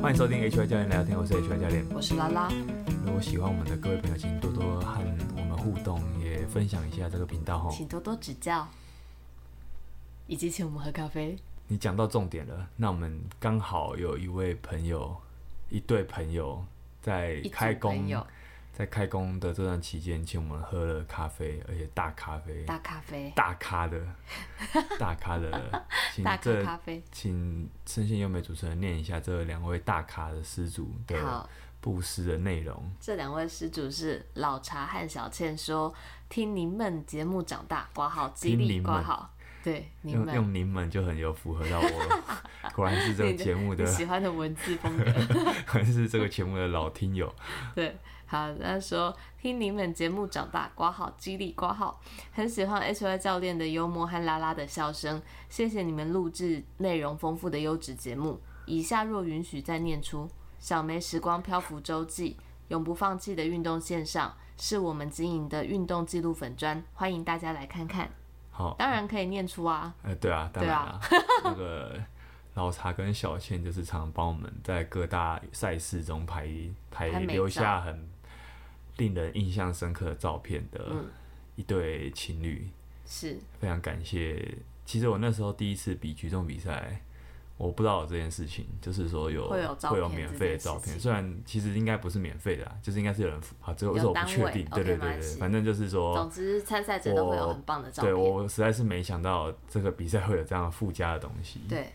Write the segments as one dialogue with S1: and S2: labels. S1: 欢迎收听 HY 教练聊天，我是 HY 教练。
S2: 我是拉拉，
S1: 如果喜欢我们的各位朋友，请多多和我们互动，也分享一下这个频道哈。
S2: 请多多指教，以及请我们喝咖啡。
S1: 你讲到重点了，那我们刚好有一位朋友，一对朋友在
S2: 一组
S1: 开工哎
S2: 朋，友
S1: 在开工的这段期间，请我们喝了咖啡，而且大咖啡，
S2: 大咖啡，
S1: 大咖 的，大咖的，请
S2: 大咖
S1: 这
S2: 咖啡。
S1: 请声线优美主持人念一下这两位大咖的施主的
S2: 好，
S1: 布施的内容。
S2: 这两位施主是老茶和小倩说，听您们节目长大，挂号激
S1: 听
S2: 励，
S1: 您们
S2: 挂号。对，你
S1: 用
S2: 们
S1: 用柠檬就很有符合到我，果然是这个
S2: 你的
S1: 节目的
S2: 你，喜欢的文字风格。
S1: 果然是这个节目的老听友。
S2: 对，好，他说听您们节目长大，挂号激励，挂号，很喜欢 H Y 教练的幽默和拉拉的笑声，谢谢你们录制内容丰富的优质节目。以下若允许，再念出《小梅时光漂浮周记》，永不放弃的运动线上。是我们经营的运动记录粉砖，欢迎大家来看看。
S1: 好，
S2: 当然可以念出啊，
S1: 呃，对啊，当
S2: 对
S1: 然
S2: 啊
S1: 啦， 那个老茶跟小倩就是常帮我们在各大赛事中拍拍
S2: 拍美
S1: 留下很令人印象深刻的照片的
S2: 嗯
S1: 一对情侣，
S2: 是
S1: 非常感谢。其实我那时候第一次比举重比赛，我不知道有这件事情，就是说有
S2: 会有照片
S1: 免费的照
S2: 这件
S1: 片，
S2: 事情
S1: 虽然其实应该不是免费的啦，就是应该是有人付啊，这个
S2: 有
S1: 这我不
S2: 单
S1: 确
S2: 位
S1: 定，
S2: ，OK，
S1: 对对
S2: 没
S1: 对
S2: 关
S1: 对，
S2: 系
S1: 反正就是说
S2: 总，之参赛者都会有
S1: 我
S2: 很棒的
S1: 哦
S2: 照
S1: 对
S2: 片。
S1: 我我实在是没想到这个比赛会有这样附加的东西。
S2: 对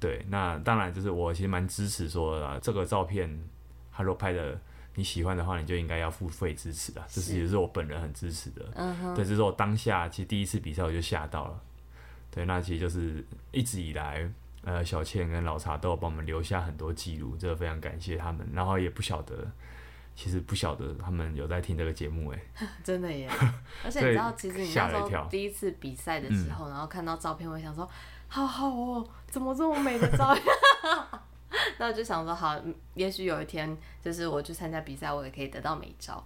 S1: 对，那当然就是我其实蛮支持说啦，这个照片他若拍的你喜欢的话，你就应该要付费支持啊，这是
S2: 是
S1: 也是我本人很支持的。
S2: 嗯哼，
S1: 对，这是我当下其实第一次比赛我就吓到了。对，那其实就是一直以来，呃，小倩跟老茶都有帮我们留下很多记录，这个非常感谢他们。然后也不晓得，其实不晓得他们有在听这个节目哎。
S2: 真 的耶！而且
S1: 所以
S2: 你知道，其实你
S1: 吓了
S2: 那时
S1: 一
S2: 候
S1: 跳嗯
S2: 第一次比赛的时候，然后看到照片，我也想说，好好哦，怎么这么美的照片？ 那我就想说，好，嗯也许有一天，就是我去参加比赛，我也可以得到美照。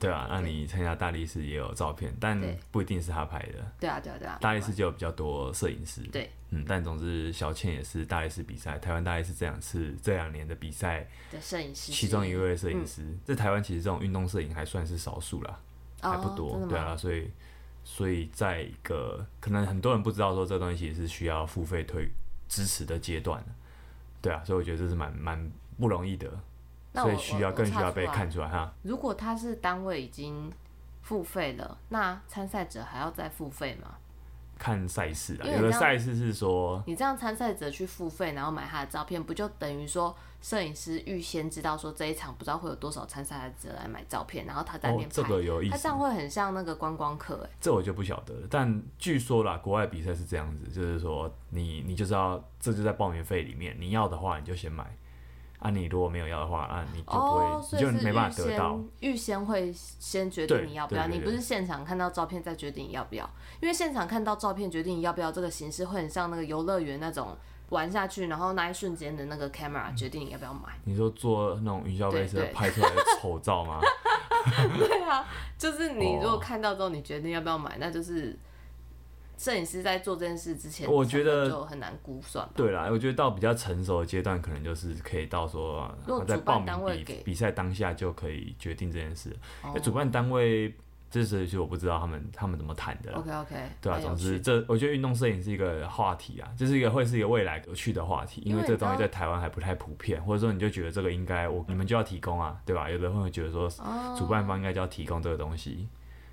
S1: 对啊，那你参加大力士也有照片，但
S2: 对
S1: 不一定是他拍的。
S2: 对啊，对啊，对啊。
S1: 大力士就有比较多摄影师。
S2: 对，
S1: 嗯，但总之小倩也是大力士比赛，台湾大力士这两次这两年的比赛，
S2: 的摄影师之，嗯
S1: 其中一位摄影师，在台湾其实这种运动摄影还算是少数啦。
S2: 哦
S1: 还不多
S2: 真，的
S1: 对
S2: 吗
S1: 啊，所以所以在一个可能很多人不知道说这东西其实是需要付费推支持的阶段，对啊，所以我觉得这是蛮蛮不容易的，
S2: 那
S1: 所以
S2: 我
S1: 需
S2: 我
S1: 要
S2: 我
S1: 更需
S2: 插
S1: 要
S2: 出
S1: 被
S2: 来
S1: 看出来哈。
S2: 如果他是单位已经付费了，那参赛者还要再付费吗？
S1: 看赛事啊，
S2: 因为
S1: 有
S2: 你
S1: 的
S2: 知道
S1: 赛事是说，
S2: 你这样参赛者去付费，然后买他的照片，不就等于说摄影师预先知道说这一场不知道会有多少参赛者来买照片，然后他在那
S1: 哦
S2: 边，拍，
S1: 这个有意
S2: 啊他这
S1: 思，
S2: 样会很像那个观光客哎、
S1: 这我就不晓得了。但据说啦，国外比赛是这样子，就是说你你就是要，这就在报名费里面，你要的话你就先买，啊，你如果没有要的话，啊，你就不会，
S2: 哦，所
S1: 你
S2: 以
S1: 就是没办法得到。
S2: 预先预先会先决
S1: 对
S2: 定你要不要，
S1: 对对
S2: 你不
S1: 对
S2: 是现场看到照片再决定你要不要，因为现场看到照片决定你要不要这个形式会很像那个游乐园那种玩下去，然后那一瞬间的那个 camera 决定你要不要买。
S1: 你说坐那种云霄飞车
S2: 对对
S1: 拍出来的丑照 吗？
S2: 对啊，就是你
S1: 哦
S2: 如果看到之后，你决定要不要买，那就是摄影师在做这件事之前，
S1: 我觉得
S2: 就很难估算。
S1: 对啦，我觉得到比较成熟的阶段，可能就是可以到说啊
S2: 如果
S1: 在
S2: 主
S1: 报
S2: 办
S1: 名
S2: 单位
S1: 比
S2: 给
S1: 比赛当下就可以决定这件事。
S2: 哦
S1: 那、主办单位这是就我不知道他们他们怎么谈的啦。
S2: OK OK，
S1: 对啊，总之这我觉得运动摄影是一个话题啊，这、是一个会是一个未来有趣的话题，因
S2: 因
S1: 为
S2: 为
S1: 这
S2: 你知
S1: 东西
S2: 道
S1: 在台湾还不太普遍，或者说你就觉得这个应该我你们就要提供啊，对吧？有的人会觉得说
S2: 哦，
S1: 主办方应该就要提供这个东西，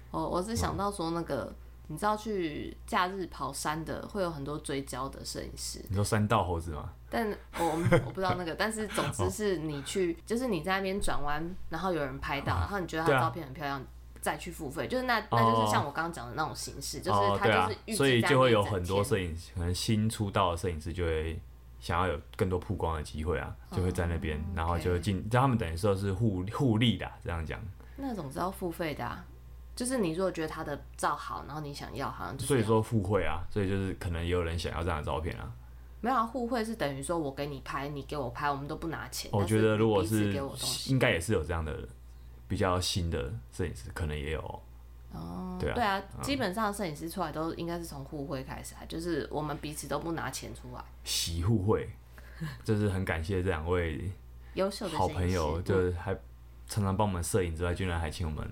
S2: 我我
S1: 嗯
S2: 是想到说那个，你知道去假日跑山的会有很多追焦的摄影师，
S1: 你说三道猴子吗？
S2: 但我 我们我不知道那个，但是总之是你去，就是你在那边转弯，然后有人拍到，然后你觉得
S1: 哦
S2: 他
S1: 对啊哦
S2: 的照片很漂亮。再去付费，就是那那就是像我刚刚讲的那种形式，就是他
S1: 对啊
S2: 就是预计在那边一整天、
S1: 所以就会有很多摄影，可能新出道的摄影师就会想要有更多曝光的机会啊，就会在那
S2: 哦
S1: 边，然后就会进，他们等于说是互互利的啊，这样讲。
S2: 那种是要付费的啊，就是你如果觉得他的照好，然后你想要，好像就是
S1: 所以说互惠啊，所以就是可能也有人想要这样的照片啊。
S2: 没有啊，互惠是等于说我给你拍，你给我拍，我们都不拿钱。
S1: 我觉得如果
S2: 但是你彼
S1: 是
S2: 此给我东西，
S1: 应该也是有这样的比较新的摄影师，可能也有哦。
S2: 哦
S1: 对啊
S2: 对啊，基本上摄影师出来都应该是从互惠开始啊，就是我们彼此都不拿钱出来。
S1: 喜互惠，就是很感谢这两位
S2: 优秀的嗯
S1: 好
S2: 摄影
S1: 朋友，
S2: 师
S1: 就是还常常帮我们摄影之外，居然还请我们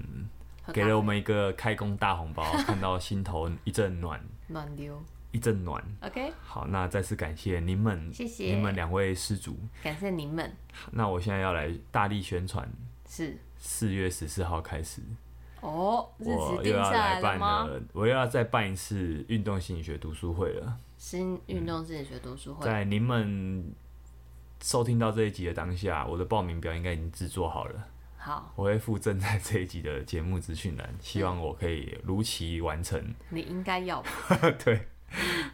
S2: 喝
S1: 给
S2: 咖
S1: 了我
S2: 啡
S1: 们一个开工大红 包，看到心头一阵暖，
S2: 暖流。
S1: 一阵暖。
S2: OK，
S1: 好，那再次感谢您们，
S2: 谢谢
S1: 您们两位施主。
S2: 感谢你们，
S1: 那我现在要来大力宣传，
S2: 是
S1: 四月十四号开始，
S2: 哦，日
S1: 我
S2: 期
S1: 又
S2: 定
S1: 要
S2: 下
S1: 来
S2: 了
S1: 办
S2: 吗？
S1: 了，我又要再办一次运动心理学读书会了。
S2: 新运动心理学读书
S1: 嗯
S2: 会，
S1: 在您们收听到这一集的当下，我的报名表应该已经制作好了，
S2: 好，
S1: 我会附赠在这一集的节目资讯栏，希望我可以如期完成。
S2: 你应该要吧
S1: 对，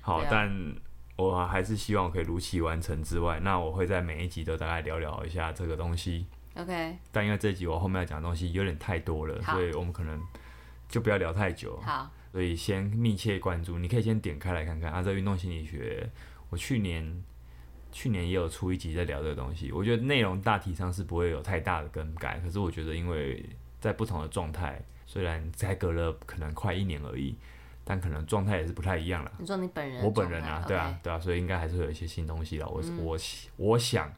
S1: 好，
S2: 对啊
S1: 但我还是希望我可以如期完成之外，那我会在每一集都大概聊聊一下这个东西。
S2: OK，
S1: 但因为这一集我后面要讲的东西有点太多了，
S2: 好
S1: 所以我们可能就不要聊太久。
S2: 好，
S1: 所以先密切关注，你可以先点开来看看啊。这运动心理学，我去年去年也有出一集在聊这个东西，我觉得内容大体上是不会有太大的更改，可是我觉得因为在不同的状态，虽然才隔了可能快一年而已，但可能状态也是不太一样了。
S2: 你说你本人的
S1: 我本
S2: 状
S1: 人
S2: 态
S1: 啊，
S2: ，OK 嗯
S1: 对啊，，对啊，所以应该还是会有一些新东西啦。我、我我想，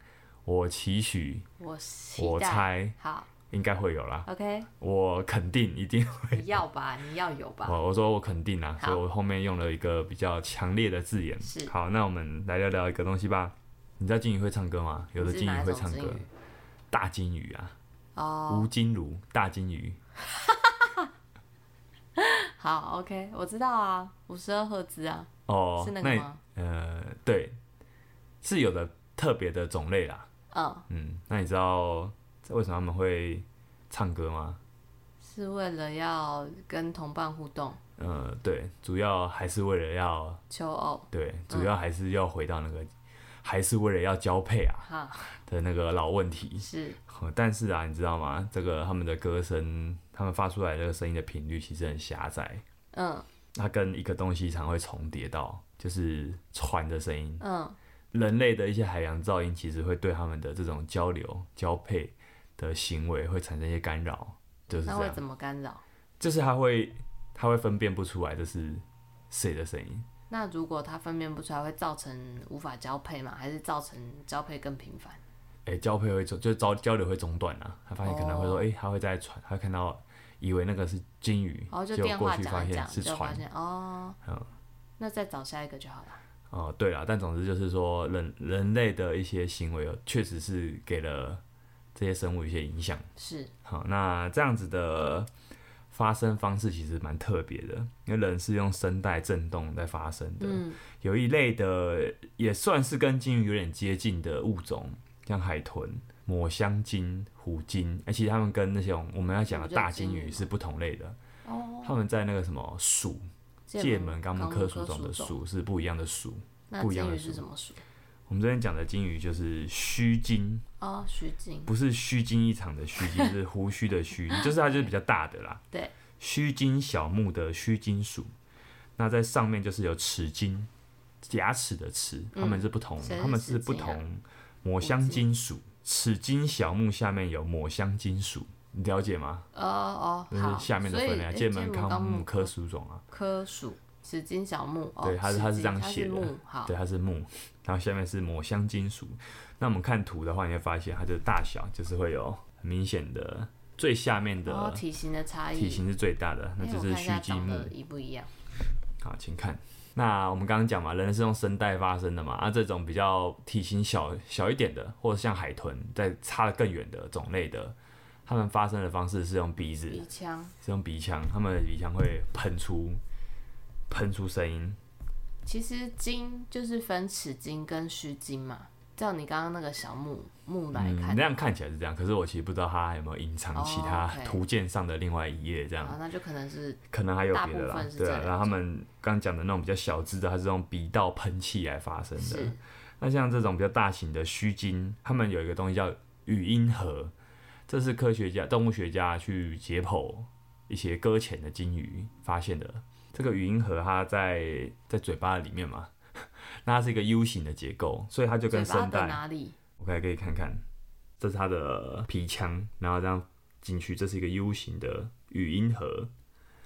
S1: 我期许，
S2: 我期
S1: 我
S2: 待
S1: 猜
S2: 好
S1: 应该会有啦，
S2: ，OK，
S1: 我肯定一定
S2: 你要吧，你要有 吧，
S1: 我我说我肯定啊，
S2: 好
S1: 所以我后面用了一个比较强烈的字眼。
S2: 是
S1: 好，那我们来聊聊一个东西吧。你知道金鱼会唱歌吗？有的
S2: 你是
S1: 金鱼
S2: 哪一
S1: 会
S2: 种
S1: 唱
S2: 金
S1: 歌
S2: 鱼，
S1: 大金鱼啊，
S2: 哦，
S1: 吴金如，大金鱼。
S2: 好，OK，我知道啊，五十二赫兹啊，
S1: 哦，
S2: 是那
S1: 那
S2: 个
S1: 你
S2: 吗？
S1: 呃，对，是有的特别的种类啦。
S2: 嗯，
S1: 嗯，那你知道为什么他们会唱歌吗？
S2: 是为了要跟同伴互动，
S1: 呃，对，主要还是为了要，
S2: 求偶，
S1: 对，主要还是要回到那个，还是为了要交配啊
S2: 哈，
S1: 的那个老问题。
S2: 是
S1: 呃但是啊，你知道吗？这个他们的歌声，他们发出来这个声音的频率其实很狭窄，
S2: 嗯
S1: 它跟一个东西常会重叠到，就是船的声音。
S2: 嗯，
S1: 人类的一些海洋噪音其实会对他们的这种交流、交配的行为会产生一些干扰，就是
S2: 那
S1: 这
S2: 会
S1: 样，
S2: 怎么干扰？
S1: 就是它会它会分辨不出来这是谁的声音。
S2: 那如果它分辨不出来，会造成无法交配吗？还是造成交配更频繁？
S1: 哎、交配会中，就是交交流会中断啊。他发现可能会说，
S2: 哦
S1: 哎、他会在船，他会看到，以为那个是金鱼，
S2: 然后哦就
S1: 结果
S2: 电
S1: 过
S2: 话
S1: 去
S2: 讲
S1: 发
S2: 一
S1: 现
S2: 讲，
S1: 是
S2: 就
S1: 船
S2: 发。现哦，
S1: 嗯
S2: 那再找下一个就好了。
S1: 哦，对啦，但总之就是说人人类的一些行为，确实是给了这些生物一些影响。
S2: 是
S1: 好，那这样子的发声方式其实蛮特别的，因为人是用声带振动在发声的。
S2: 嗯
S1: 有一类的也算是跟鲸鱼有点接近的物种，像海豚、抹香鲸、虎鲸，哎、其实它们跟那种我们要讲的
S2: 这不就
S1: 大
S2: 是鲸
S1: 鲸
S2: 鱼
S1: 鱼
S2: 吗
S1: 是不同类的。
S2: 哦，
S1: 它们在那个什么属界门纲目科属种的，属是不一样的属。
S2: 那
S1: 不一样
S2: 金
S1: 的
S2: 鱼是
S1: 属
S2: 什么属？
S1: 我们这边讲的金鱼就是须鲸，
S2: 哦，徐锦，
S1: 不是虚惊一场的虚惊，是胡须的 须，就是它就是比较大的啦。
S2: 对，
S1: 须鲸小目的须鲸属，那在上面就是有齿鲸，牙齿的齿，它们是不同，
S2: 谁
S1: 它
S2: 是
S1: 们是
S2: 嗯齿
S1: 不
S2: 鲸啊
S1: 同抹香鲸属，齿鲸小目下面有抹香鲸属，你了解吗？
S2: 哦
S1: 就
S2: 哦，
S1: 是
S2: 好，
S1: 下面的
S2: 所以
S1: 分类啊，
S2: 诶
S1: 界
S2: 门
S1: 门纲目科
S2: 科
S1: 属种啊，
S2: 科属，紫金小木，哦
S1: 对它是它是
S2: 紫
S1: 这样
S2: 金它
S1: 写的
S2: 木好
S1: 对，，它是目，然后下面是抹香金属。那我们看图的话，你会发现它的大小就是会有很明显的，最下面
S2: 然后
S1: 的
S2: 体型的差异，
S1: 体型是最大的，那
S2: 诶
S1: 就
S2: 哎我
S1: 是
S2: 看一下
S1: 须鲸
S2: 长
S1: 目。
S2: 得一不一样？
S1: 好，请看。那我们刚刚讲嘛，人是用声带发声的嘛，啊，这种比较体型小小一点的，或者像海豚，在差得更远的种类的，它们发声的方式是用鼻子，
S2: 鼻腔，
S1: 是用鼻腔，它们的鼻腔会喷出喷出声音。
S2: 其实鲸就是分齿鲸跟须鲸嘛，照你刚刚那个小木木来
S1: 嗯，
S2: 看
S1: 那，样看起来是这样，可是我其实不知道它有没有隐藏其他
S2: 哦，OK
S1: 图鉴上的另外一页，这样、
S2: 啊，那就可能是
S1: 可能还有别的
S2: 大部
S1: 啦
S2: 分，是
S1: 对啊
S2: 这。样
S1: 然后他们刚讲的那种比较小只的，它是用鼻道喷气来发声的
S2: 是。
S1: 那像这种比较大型的须鲸，它们有一个东西叫语音盒，这是科学家、动物学家去解剖一些搁浅的鲸鱼发现的。这个语音盒它在在嘴巴里面嘛，那它是一个 U 型的结构，所以它就
S2: 嘴
S1: 跟
S2: 巴啊
S1: 声
S2: 的
S1: 带。
S2: 哪里？
S1: 我可以给你看看，这是它的皮腔，然后这样进去，这是一个 U 型的语音盒，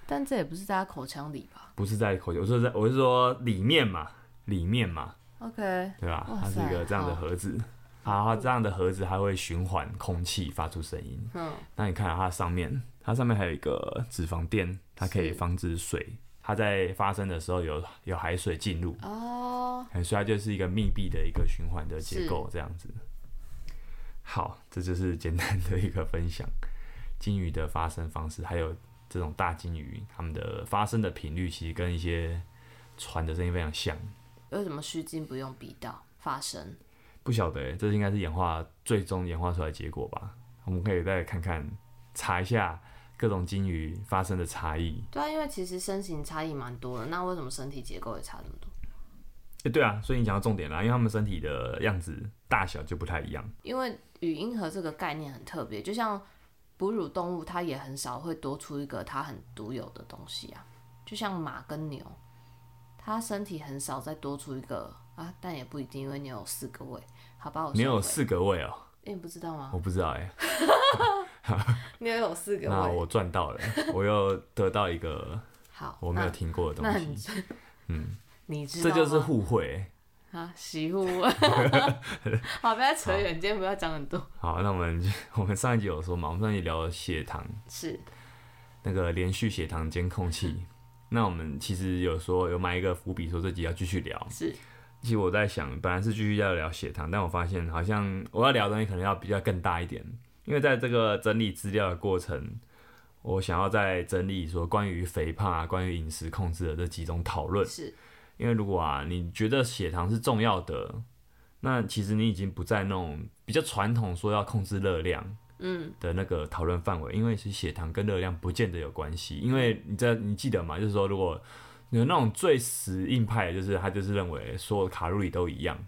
S2: 但这也不是在他口腔里吧
S1: 不是在口腔，我是在我是说里面嘛，里面嘛，
S2: ？OK，
S1: 对吧？
S2: 哇
S1: 它
S2: 塞
S1: 是一个这样的盒子，然后这样的盒子还会循环空气发出声音。
S2: 嗯，
S1: 那你看啊到它上面，它上面还有一个脂肪垫，它可以
S2: 是
S1: 防止水，它在发生的时候有有海水进入，
S2: 哦，
S1: 哎所以它就是一个密闭的一个循环的结构这样子。好，这就是简单的一个分享，鲸鱼的发声方式，还有这种大鲸鱼它们的发声的频率，其实跟一些船的声音非常像。
S2: 为什么虚惊不用逼到发生？
S1: 不晓得欸，这应该是演化最终演化出来的结果吧？我们可以再看看，查一下各种鲸鱼发生的差异。
S2: 对啊，因为其实身形差异蛮多的，那为什么身体结构也差这么多？
S1: 哎、对啊，所以你讲到重点啦，因为它们身体的样子大小就不太一样。
S2: 因为语音盒这个概念很特别，就像哺乳动物，它也很少会多出一个它很独有的东西啊。就像马跟牛，它身体很少再多出一个啊，但也不一定，因为牛有四个胃。好吧，我
S1: 你有
S2: 收回
S1: 四个胃哦、
S2: 诶你不知道吗？
S1: 我不知道哎、
S2: 牛有四个
S1: 那
S2: 胃。
S1: 我赚到了，我又得到一个
S2: 好，
S1: 我没有听过的
S2: 啊那那
S1: 东
S2: 你
S1: 西。
S2: 你知道
S1: 这就是
S2: 吗
S1: 互惠欸、
S2: 啊，习物。 好，不要扯远，今天不要讲很多。
S1: 好，那我们我们上一集有说嘛，我们上一集聊血糖，
S2: 是
S1: 那个连续血糖监控器。那我们其实有说有埋一个伏笔，说这集要继续聊。
S2: 是，
S1: 其实我在想，本来是继续要聊血糖，但我发现好像我要聊的东西可能要比较更大一点，因为在这个整理资料的过程，我想要再整理说关于肥胖啊、关于饮食控制的这几种讨论。
S2: 是
S1: 因为如果啊，你觉得血糖是重要的，那其实你已经不在那种比较传统说要控制热量，嗯的那个讨论范围，因为其实血糖跟热量不见得有关系，因为你在你记得嘛，就是说如果有那种最死硬派的，就是他就是认为所有卡路里都一样，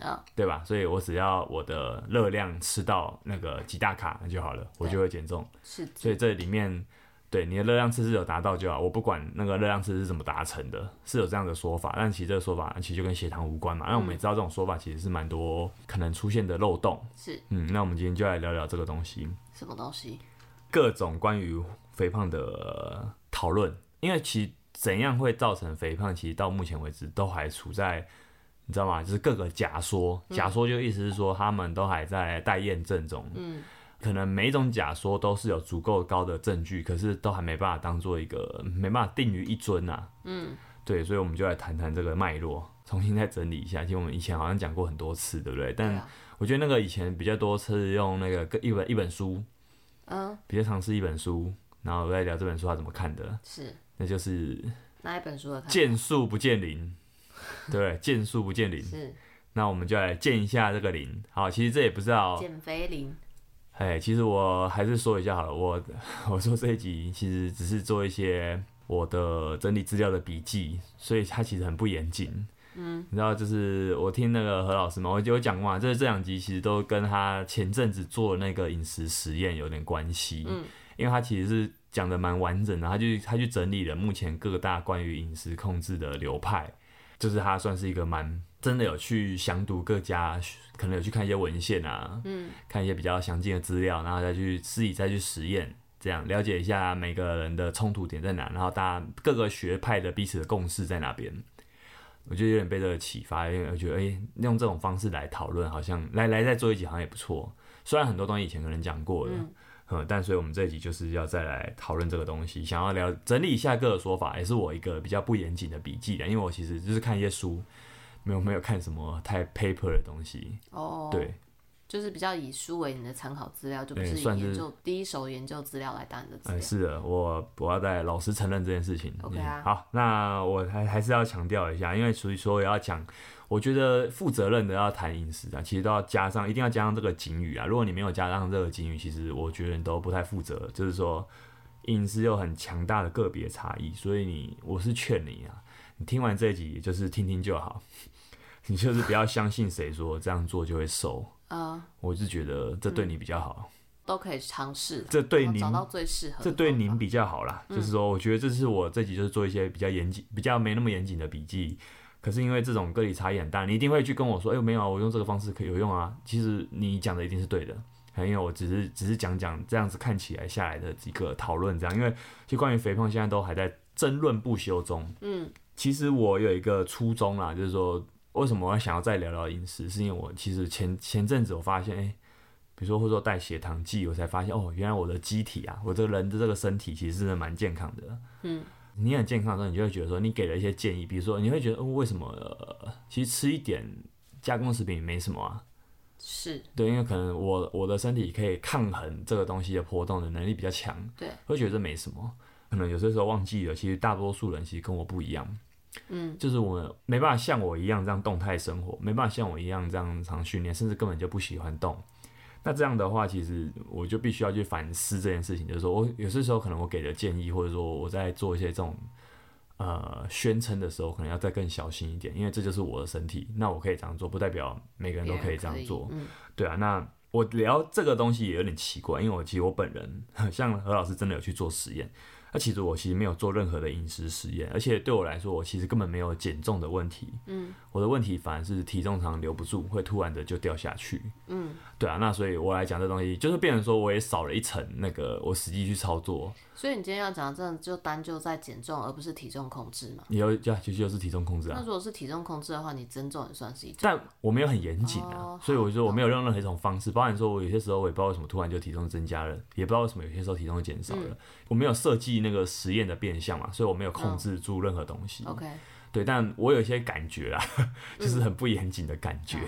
S2: 啊，
S1: 对吧？所以我只要我的热量吃到那个几大卡就好了，我就会减重。
S2: 是
S1: 所以这里面，对你的热量赤字有达到就好，我不管那个热量赤字是怎么达成的，是有这样的说法。但其实这个说法其实就跟血糖无关嘛。那我们也知道这种说法其实是蛮多可能出现的漏洞。
S2: 是
S1: 嗯，那我们今天就来聊聊这个东西，
S2: 什么东西？
S1: 各种关于肥胖的呃讨论。因为其实怎样会造成肥胖，其实到目前为止都还处在。你知道吗？就是各个假说，假说就意思是说，他们都还在待验证中。
S2: 嗯，
S1: 可能每一种假说都是有足够高的证据，可是都还没办法当做一个没办法定于一尊啊。嗯，对，所以我们就来谈谈这个脉络，重新再整理一下。其实我们以前好像讲过很多次，对不对？
S2: 对
S1: 但
S2: 啊，
S1: 我觉得那个以前比较多是用那个一本一本书，
S2: 嗯，
S1: 比较常是一本书，然后我在聊这本书他怎么看的，
S2: 是
S1: 那就是
S2: 哪一本书的看法？
S1: 见树不见林，对不对，见树不见林。
S2: 是
S1: 那我们就来见一下这个林。好，其实这也不知道
S2: 减肥林。
S1: 哎，其实我还是说一下好了，我 我说这一集其实只是做一些我的整理资料的笔记，所以它其实很不严谨。嗯，你知道，就是我听那个何老师嘛，我有讲过嘛，就是这两集其实都跟他前阵子做的那个饮食实验有点关系。
S2: 嗯，
S1: 因为他其实是讲的蛮完整的，他就他去整理了目前各大关于饮食控制的流派，就是他算是一个蛮真的有去详读各家，可能有去看一些文献啊，
S2: 嗯，
S1: 看一些比较详尽的资料，然后再去自己再去实验，这样了解一下每个人的冲突点在哪，然后大家各个学派的彼此的共识在哪边。我就有点被这个启发，因为我觉得，哎、用这种方式来讨论，好像来来再做一集好像也不错。虽然很多东西以前可能讲过了，
S2: 嗯
S1: 嗯，但所以我们这一集就是要再来讨论这个东西，想要聊整理一下各个说法，也是我一个比较不严谨的笔记的，因为我其实就是看一些书，没有没有看什么太 paper 的东西，
S2: 哦，，
S1: 对，
S2: 就是比较以书为你的参考资料，就不
S1: 对
S2: 是以
S1: 算是
S2: 研究第一手研究资料来当你的
S1: 嗯，
S2: 资料。
S1: 是的，我我要在老师承认这件事情。
S2: OK
S1: 嗯
S2: 啊
S1: 好，那我还还是要强调一下，因为所以说要讲，我觉得负责任的要谈饮食啊，其实都要加上，一定要加上这个警语啊。如果你没有加上这个警语，其实我觉得你都不太负责，就是说饮食有很强大的个别差异，所以你我是劝你啊，你听完这一集就是听听就好， 你就是不要相信谁说这样做就会瘦，
S2: 呃，
S1: 我是觉得这对你比较好，
S2: 都可以尝试，
S1: 这对
S2: 然后
S1: 您
S2: 找到最适合的方法。
S1: 这对您比较好啦，就是说，我觉得这是我这集就是做一些比较严谨、比较没那么严谨的笔记。可是因为这种个体差异很大，你一定会去跟我说：“哎、没有啊，我用这个方式可以有用啊。”其实你讲的一定是对的，因为我只是只是讲讲这样子看起来下来的几个讨论，这样，因为就关于肥胖现在都还在争论不休中。
S2: 嗯，
S1: 其实我有一个初衷啦，就是说为什么我想要再聊聊饮食，是因为我其实前前阵子我发现，哎、比如说或者说带血糖计，我才发现哦，原来我的机体啊，我这个人的这个身体其实真的蛮健康的。
S2: 嗯，
S1: 你很健康的时候，你就会觉得说，你给了一些建议，比如说你会觉得，哦，为什么、呃、其实吃一点加工食品也没什么啊？
S2: 是
S1: 对，因为可能我我的身体可以抗衡这个东西的波动的能力比较强，
S2: 对，
S1: 会觉得这没什么。可能有些时候忘记了，其实大多数人其实跟我不一样，
S2: 嗯，
S1: 就是我们没办法像我一样这样动态生活，没办法像我一样这样常训练，甚至根本就不喜欢动。那这样的话，其实我就必须要去反思这件事情，就是说我有些时候可能我给的建议，或者说我在做一些这种呃宣称的时候，可能要再更小心一点，因为这就是我的身体，那我可以这样做，不代表每个人都
S2: 别
S1: 可以这样做。
S2: 嗯，
S1: 对啊，那我聊这个东西也有点奇怪，因为我其实我本人 像何老师真的有去做实验，那其实我其实没有做任何的饮食实验，而且对我来说，我其实根本没有减重的问题。
S2: 嗯，
S1: 我的问题反而是体重常留不住，会突然的就掉下去。
S2: 嗯，
S1: 对啊，那所以我来讲这东西，就是变成说我也少了一层那个我实际去操作，
S2: 所以你今天要讲的真的就单就在减重，而不是体重控制嘛？
S1: 也有就就就是体重控制啊
S2: 那。如果是体重控制的话，你增重也算是一种。
S1: 但我没有很严谨啊，
S2: 哦
S1: 所以我就说我没有用任何一种方式，包含说我有些时候我也不知道为什么突然就体重增加了，也不知道为什么有些时候体重减少了，
S2: 嗯
S1: 我没有设计那个实验的变相嘛，所以我没有控制住任何东西。
S2: 嗯 OK，嗯
S1: 对，但我有一些感觉啦， 就是很不严谨的感觉。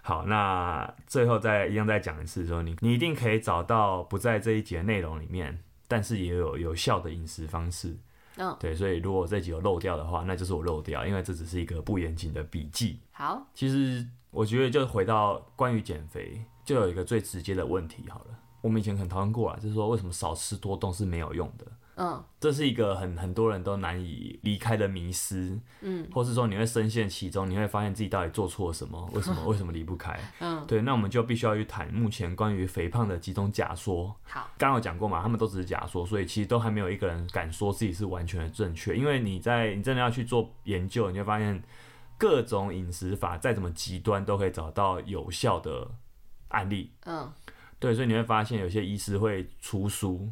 S1: 好，那最后再一样再讲一次说你你一定可以找到不在这一节内容里面，但是也有有效的饮食方式。
S2: 嗯
S1: 对，所以如果这集有漏掉的话，那就是我漏掉，因为这只是一个不严谨的笔记。
S2: 好，
S1: 其实我觉得，就回到关于减肥，就有一个最直接的问题好了。我们以前很讨论过啊，就是说为什么少吃多动是没有用的，
S2: 嗯
S1: 这是一个很很多人都难以离开的迷思，
S2: 嗯，
S1: 或是说你会深陷其中，你会发现自己到底做错了什么，为什么为什么离不开？
S2: 嗯，
S1: 对，那我们就必须要去谈目前关于肥胖的几种假说。
S2: 好，
S1: 刚刚有讲过嘛，他们都只是假说，所以其实都还没有一个人敢说自己是完全的正确。因为你在你真的要去做研究，你会发现各种饮食法再怎么极端，都可以找到有效的案例。
S2: 嗯
S1: 对，所以你会发现有些医师会出书，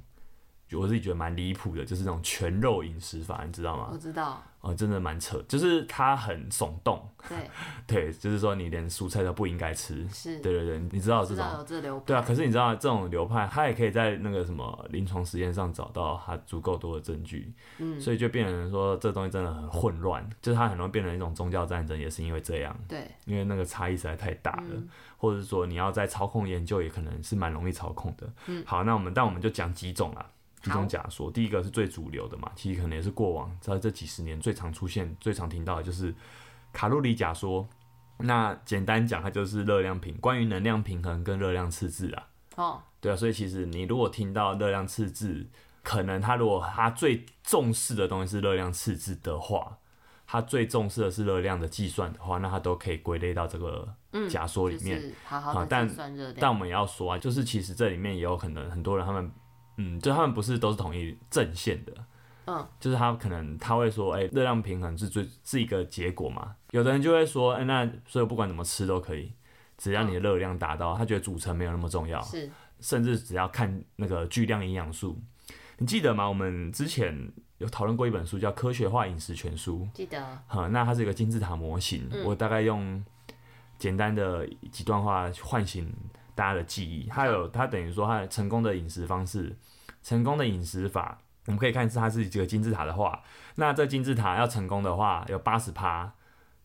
S1: 我自己觉得蛮离谱的，就是那种全肉饮食法，你知道
S2: 我
S1: 吗？
S2: 知道，
S1: 哦，真的蛮扯，就是它很耸动，
S2: 对，
S1: 对，就是说你连蔬菜都不应该吃。
S2: 是，
S1: 对对对，你知道这
S2: 知
S1: 种
S2: 道有这流派。
S1: 对啊，可是你知道这种流派，它也可以在那个什么临床实验上找到它足够多的证据，
S2: 嗯，
S1: 所以就变成说这东西真的很混乱，就是它很容易变成一种宗教战争，也是因为这样，
S2: 对，
S1: 因为那个差异实在太大了，
S2: 嗯
S1: 或者是说你要在操控研究，也可能是蛮容易操控的。
S2: 嗯
S1: 好，那我们但我们就讲几种啦。几种
S2: 好
S1: 假说，第一个是最主流的嘛，其实可能也是过往在这几十年最常出现、最常听到的就是卡路里假说。那简单讲，它就是热量平关于能量平衡跟热量赤字啊。
S2: 哦，
S1: 对啊，所以其实你如果听到热量赤字，可能他如果他最重视的东西是热量赤字的话，他最重视的是热量的计算的话，那他都可以归类到这个
S2: 嗯
S1: 假说
S2: 就
S1: 里面。
S2: 是好好
S1: 好
S2: 的
S1: 但
S2: 计算热量。
S1: 但我们也要说啊，就是其实这里面也有可能很多人他们，嗯，就他们不是都是统一阵线的，
S2: 嗯，
S1: 就是他可能他会说，哎、热量平衡是最是一个结果嘛。有的人就会说，哎、那所以我不管怎么吃都可以，只要你
S2: 嗯
S1: 的热量达到，他觉得组成没有那么重要。
S2: 是，
S1: 甚至只要看那个巨量营养素。你记得吗？我们之前有讨论过一本书叫《科学化饮食全书
S2: 记得》，
S1: 哈，那它是一个金字塔模型。
S2: 嗯
S1: 我大概用简单的几段话唤醒大家的记忆。它有，它等于说它成功的饮食方式，成功的饮食法，我们可以看是它是这个金字塔的话，那这金字塔要成功的话，有八十趴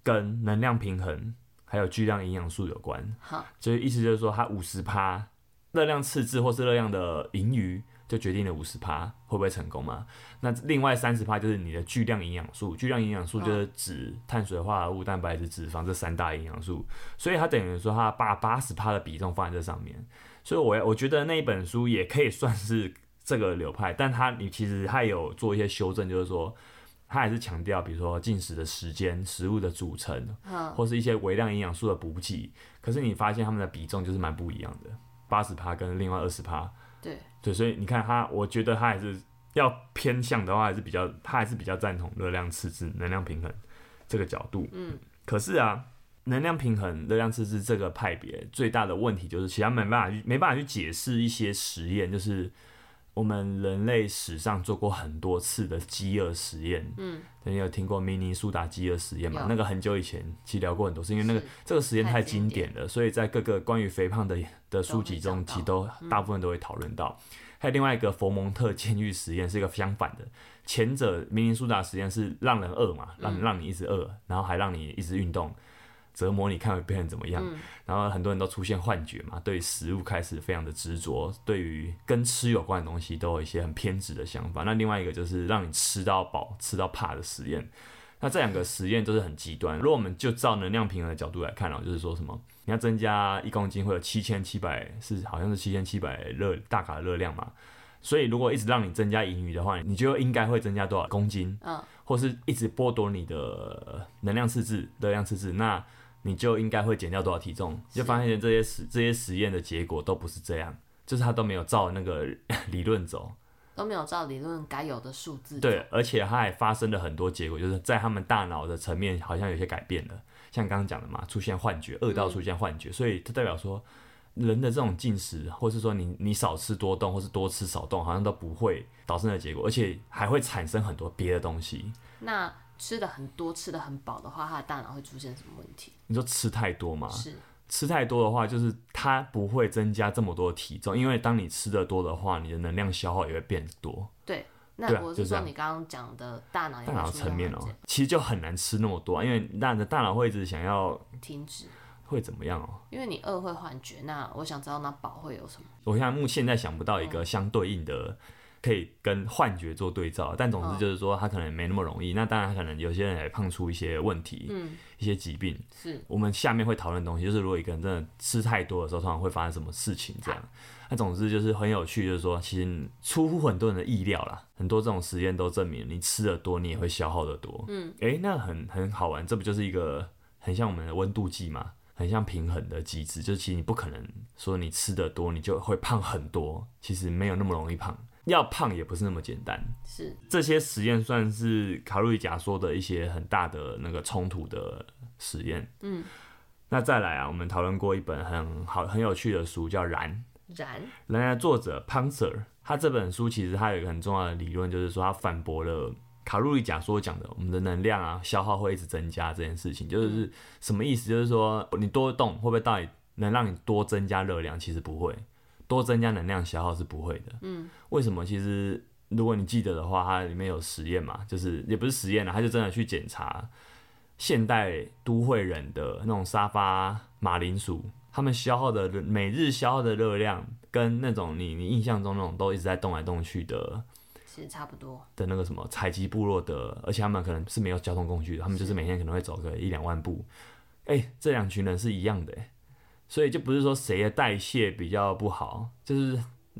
S1: 跟能量平衡还有巨量营养素有关。
S2: 好，
S1: 就是意思就是说，它五十趴热量赤字或是热量的盈余，就决定了五十趴会不会成功嘛？那另外三十趴就是你的巨量营养素，巨量营养素就是指碳水化合物、蛋白质、脂肪这三大营养素，所以它等于说它把八十趴的比重放在这上面。所以我我觉得那一本书也可以算是这个流派，但它你其实它也有做一些修正，就是说。它还是强调，比如说进食的时间、食物的组成，
S2: 嗯，
S1: 或是一些微量营养素的补给，可是你发现它们的比重就是蛮不一样的，八十趴跟另外二十趴，
S2: 对，
S1: 对，所以你看它，我觉得它还是要偏向的话，还是比较，它还是比较赞同热量赤字、能量平衡这个角度。
S2: 嗯，
S1: 可是啊，能量平衡、热量赤字这个派别最大的问题就是，其实它没办法去没办法去解释一些实验，就是我们人类史上做过很多次的饥饿实验。
S2: 嗯，
S1: 对你有听过明尼苏达饥饿实验吗
S2: 有？
S1: 那个很久以前其实聊过很多次，因为那个
S2: 是
S1: 这个实验
S2: 太
S1: 太
S2: 经
S1: 经
S2: 典
S1: 典了，所以在各个关于肥胖的的书籍
S2: 都会
S1: 中，
S2: 讲到
S1: 其实都大部分都会讨论到。还有另外一个佛蒙特监狱实验是一个相反的，前者明尼苏达实验是让人饿嘛，
S2: 嗯
S1: 让让你一直饿，然后还让你一直运动，折磨你看别人怎么样。
S2: 嗯
S1: 然后很多人都出现幻觉嘛，对食物开始非常的执着，对于跟吃有关的东西都有一些很偏执的想法。那另外一个就是让你吃到饱、吃到怕的实验。那这两个实验都是很极端。如果我们就照能量平衡的角度来看哦，就是说什么你要增加一公斤会有七千七百是好像是七千七百热大卡的热量嘛，所以如果一直让你增加盈余的话，你就应该会增加多少公斤？
S2: 嗯，
S1: 或是一直剥夺你的能量赤字、热量赤字，那你就应该会减掉多少体重？
S2: 是
S1: 就发现这些实这些实验的结果都不是这样，就是他都没有照那个理论走。
S2: 都没有照理论该有的数字。
S1: 对，，而且它还发生了很多结果，就是在他们大脑的层面好像有些改变了，像刚刚讲的嘛，出现幻觉，饿到出现幻觉，所以它代表说人的这种进食，或是说你你少吃多动，或是多吃少动，好像都不会导致的结果，而且还会产生很多别的东西。
S2: 那吃的很多、吃的很饱的话，他的大脑会出现什么问题？
S1: 你说吃太多嘛？
S2: 是
S1: 吃太多的话，就是它不会增加这么多的体重，因为当你吃的多的话，你的能量消耗也会变多。
S2: 对。
S1: 对
S2: 那
S1: 啊
S2: 我
S1: 就是这
S2: 说
S1: 样
S2: 你刚刚讲的大脑也
S1: 大
S2: 会
S1: 脑
S2: 出现
S1: 层面哦、
S2: 缓解
S1: 其实就很难吃那么多啊，因为那你的大脑会一直想要
S2: 停止，
S1: 会怎么样哦、
S2: 因为你饿会幻觉。那我想知道那饱会有什么？
S1: 我现在目现在想不到一个
S2: 哦
S1: 相对应的可以跟幻觉做对照，但
S2: 哦
S1: 总之就是说，它可能没那么容易。那当然，可能有些人也胖出一些问题，
S2: 嗯，
S1: 一些疾病。
S2: 是
S1: 我们下面会讨论的东西，就是如果一个人真的吃太多的时候，通常会发生什么事情这样。那总之就是很有趣，就是说，其实出乎很多人的意料啦，很多这种实验都证明，你吃的多，你也会消耗的多。
S2: 嗯，
S1: 诶、那很很好玩，这不就是一个很像我们的温度计嘛，很像平衡的机制，就是其实你不可能说你吃的多，你就会胖很多，其实没有那么容易胖，要胖也不是那么简单。
S2: 是，
S1: 这些实验算是卡路里假说的一些很大的那个冲突的实验。
S2: 嗯，
S1: 那再来啊，我们讨论过一本很好很有趣的书，叫《燃》，《
S2: 然
S1: 燃》的作者 Panzer，他这本书其实他有一个很重要的理论，就是说他反驳了。卡路里假说讲的，我们的能量啊消耗会一直增加这件事情，就是什么意思？就是说你多动会不会到底能让你多增加热量？其实不会，多增加能量消耗是不会的。
S2: 嗯，
S1: 为什么？其实如果你记得的话，它里面有实验嘛，就是也不是实验了、啊，它就真的去检查现代都会人的那种沙发马铃薯，他们消耗的热每日消耗的热量，跟那种你你印象中那种都一直在动来动去的
S2: 其实差不多。
S1: 的那个什么采集部落的，而且他们可能是没有交通工具的，他们就是每天可能会走个一两万步。哎、这两群人是一样的、哎所以就不是说谁的代谢比较不好，就是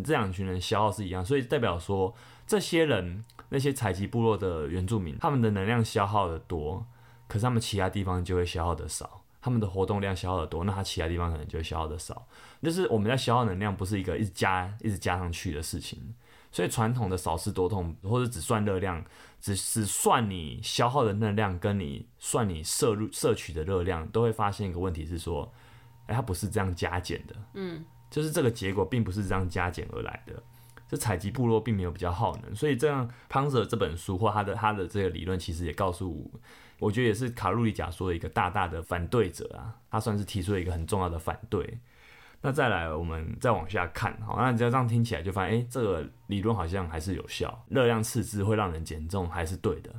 S1: 这两群人消耗是一样，所以代表说这些人那些采集部落的原住民，他们的能量消耗的多，可是他们其他地方就会消耗的少。他们的活动量消耗的多，那他其他地方可能就会消耗的少。就是我们在消耗能量，不是一个一直加一直加上去的事情。所以传统的少吃多动，或者只算热量，只只算你消耗的能量，跟你算你摄入摄取的热量，都会发现一个问题是说，哎、它不是这样加减的，
S2: 嗯，
S1: 就是这个结果并不是这样加减而来的。这采集部落并没有比较耗能，所以这样胖子这本书或他的他的这个理论，其实也告诉我，我觉得也是卡路里假说的一个大大的反对者啊，他算是提出了一个很重要的反对。那再来，我们再往下看，好，那你这样听起来就发现，哎、这个理论好像还是有效，热量赤字会让人减重还是对的。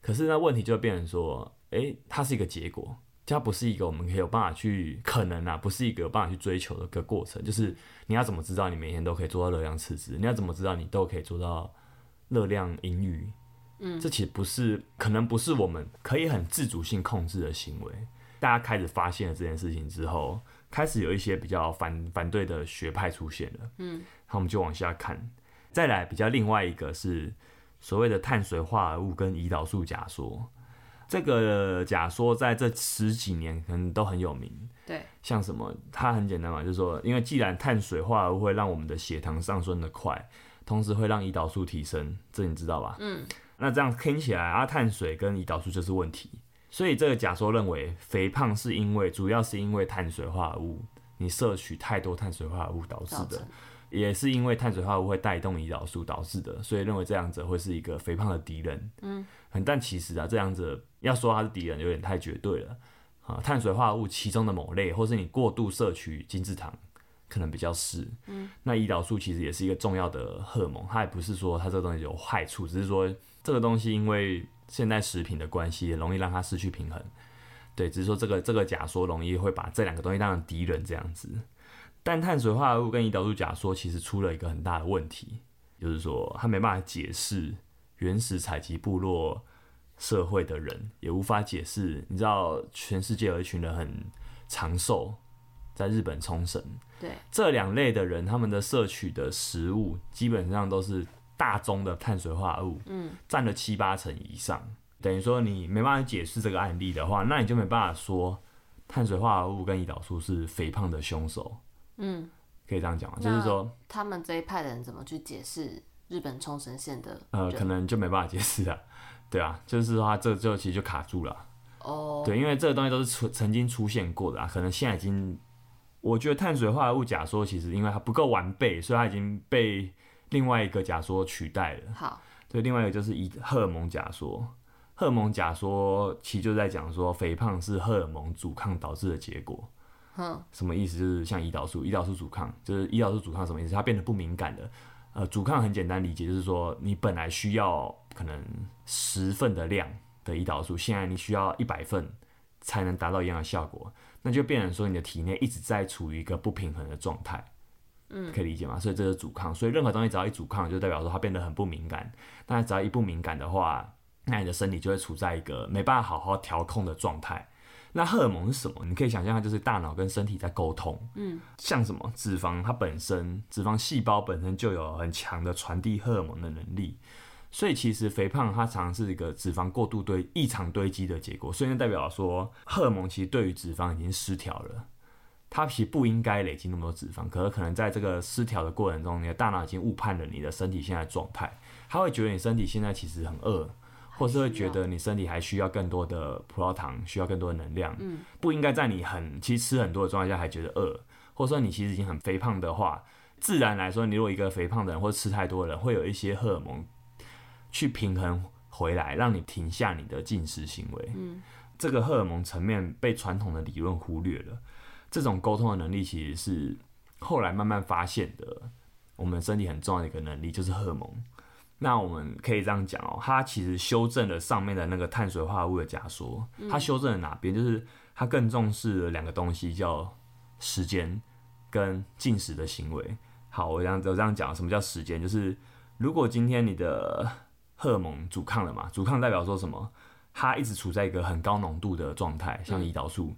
S1: 可是那问题就变成说，哎、它是一个结果，它不是一个我们可以有办法去可能啊，不是一个有办法去追求的一个过程。就是你要怎么知道你每天都可以做到热量赤字？你要怎么知道你都可以做到热量盈余？
S2: 嗯
S1: 这其实不是，可能不是我们可以很自主性控制的行为。大家开始发现了这件事情之后，开始有一些比较反反对的学派出现了。
S2: 嗯，
S1: 好，我们就往下看。再来比较另外一个是所谓的碳水化合物跟胰岛素假说。这个假说在这十几年可能都很有名，
S2: 对，
S1: 像什么，它很简单嘛，就是说，因为既然碳水化合物会让我们的血糖上升的快，同时会让胰岛素提升，这你知道吧？
S2: 嗯，
S1: 那这样听起来啊，碳水跟胰岛素就是问题。所以这个假说认为，肥胖是因为主要是因为碳水化合物，你摄取太多碳水化合物导致
S2: 造
S1: 的
S2: 成。
S1: 也是因为碳水化合物会带动胰岛素导致的，所以认为这两者会是一个肥胖的敌人。
S2: 嗯，
S1: 很但其实啊，这两者要说它是敌人，有点太绝对了啊。碳水化合物其中的某类，或是你过度摄取精制糖，可能比较是。嗯，那胰岛素其实也是一个重要的荷尔蒙，它也不是说它这个东西有坏处，只是说这个东西因为现代食品的关系，容易让它失去平衡。对，只是说这个这个假说容易会把这两个东西当成敌人这样子。但碳水化合物跟胰岛素假说其实出了一个很大的问题，就是说它没办法解释原始采集部落社会的人，也无法解释你知道全世界有一群人很长寿，在日本冲绳
S2: 对，
S1: 这两类的人，他们的摄取的食物基本上都是大宗的碳水化合物，
S2: 嗯，
S1: 占了七八成以上。等于说你没办法解释这个案例的话，那你就没办法说碳水化合物跟胰岛素是肥胖的凶手。
S2: 嗯，
S1: 可以这样讲啊吗？就
S2: 那
S1: 是说，
S2: 他们这一派的人怎么去解释日本冲绳县的
S1: 呃，
S2: 人
S1: 可能就没办法解释了，对啊， 就是说它这就其实就卡住了，啊
S2: 哦，
S1: 对，因为这个东西都是出曾经出现过的啊，可能现在已经，我觉得碳水化合物假说其实因为它不够完备，所以它已经被另外一个假说取代了。
S2: 好，
S1: 对，另外一个就是以荷尔蒙假说，荷尔蒙假说其实就在讲说肥胖是荷尔蒙阻抗导致的结果。
S2: 哼，
S1: 什么意思？就是像胰岛素，胰岛素阻抗，就是胰岛素阻抗什么意思？它变得不敏感了。呃，阻抗很简单理解，就是说你本来需要可能十份的量的胰岛素，现在你需要一百份才能达到一样的效果，那就变成说你的体内一直在处于一个不平衡的状态。嗯，可以理解吗？所以这是阻抗，所以任何东西只要一阻抗，就代表说它变得很不敏感。那只要一不敏感的话，那你的身体就会处在一个没办法好好调控的状态。那荷尔蒙是什么？你可以想象，它就是大脑跟身体在沟通。
S2: 嗯，
S1: 像什么脂肪，它本身脂肪细胞本身就有很强的传递荷尔蒙的能力，所以其实肥胖它常常是一个脂肪过度堆异常堆积的结果，所以那代表说荷尔蒙其实对于脂肪已经失调了。它其实不应该累积那么多脂肪，可是可能在这个失调的过程中，你的大脑已经误判了你的身体现在的状态，它会觉得你身体现在其实很饿，或是会觉得你身体还需要更多的葡萄糖，需要更多的能量，
S2: 嗯，
S1: 不应该在你很其实吃很多的状态下还觉得饿，或者说你其实已经很肥胖的话，自然来说，你如果一个肥胖的人或吃太多的人，会有一些荷尔蒙去平衡回来，让你停下你的进食行为，
S2: 嗯，
S1: 这个荷尔蒙层面被传统的理论忽略了，这种沟通的能力其实是后来慢慢发现的，我们身体很重要的一个能力就是荷尔蒙。那我们可以这样讲哦，它其实修正了上面的那个碳水化合物的假说，它修正了哪边？就是它更重视了两个东西，叫时间跟进食的行为。好，我这样我这样讲，什么叫时间？就是如果今天你的荷尔蒙阻抗了嘛，阻抗代表说什么？它一直处在一个很高浓度的状态，像胰岛素，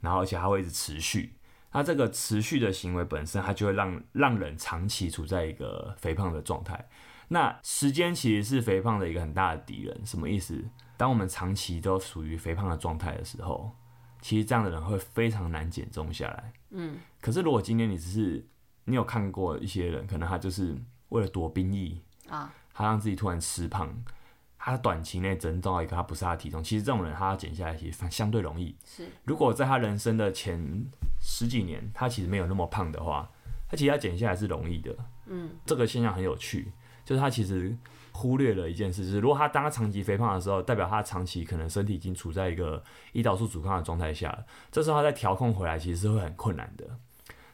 S1: 然后而且它会一直持续。它这个持续的行为本身，它就会让让人长期处在一个肥胖的状态。那时间其实是肥胖的一个很大的敌人，什么意思？当我们长期都属于肥胖的状态的时候，其实这样的人会非常难减重下来。
S2: 嗯，
S1: 可是如果今天你只是你有看过一些人，可能他就是为了躲兵役，
S2: 啊，
S1: 他让自己突然吃胖，他短期内增到一个他不是他的体重，其实这种人他要减下来其实反相对容易。
S2: 是，
S1: 如果在他人生的前十几年，他其实没有那么胖的话，他其实要减下来是容易的。
S2: 嗯，
S1: 这个现象很有趣，就是他其实忽略了一件事，就是如果他当他长期肥胖的时候，代表他长期可能身体已经处在一个胰岛素阻抗的状态下了，这时候他在调控回来其实是会很困难的。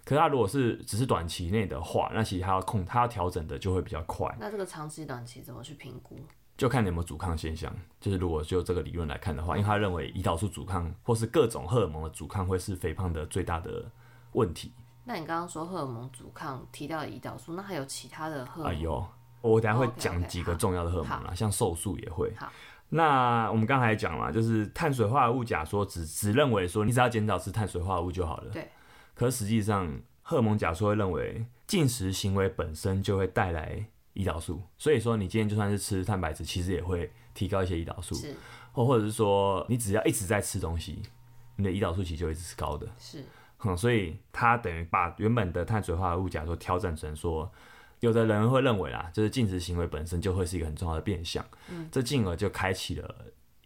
S1: 可是他如果是只是短期内的话，那其实他要控他要调整的就会比较快。
S2: 那这个长期、短期怎么去评估？
S1: 就看你有没有阻抗现象。就是如果就这个理论来看的话，因为他认为胰岛素阻抗或是各种荷尔蒙的阻抗会是肥胖的最大的问题。
S2: 那你刚刚说荷尔蒙阻抗提到胰岛素，那还有其他的荷
S1: 哎
S2: 尔蒙？
S1: 呦，我等一下会
S2: 嗯哦 OK，OK，
S1: 讲几个重要的荷尔蒙啦，像瘦素也会
S2: 好。
S1: 那我们刚才讲了，就是碳水化合物假说只只认为说你只要减少吃碳水化合物就好了。
S2: 对。
S1: 可是实际上，荷尔蒙假说会认为进食行为本身就会带来胰岛素，所以说你今天就算是吃蛋白质，其实也会提高一些胰岛素。
S2: 是
S1: 或或者是说你只要一直在吃东西，你的胰岛素其实就一直是高的，
S2: 是，
S1: 哼、所以它等于把原本的碳水化合物假说调整成说，有的人会认为啦，就是进食行为本身就会是一个很重要的变相，
S2: 嗯
S1: 这进而就开启了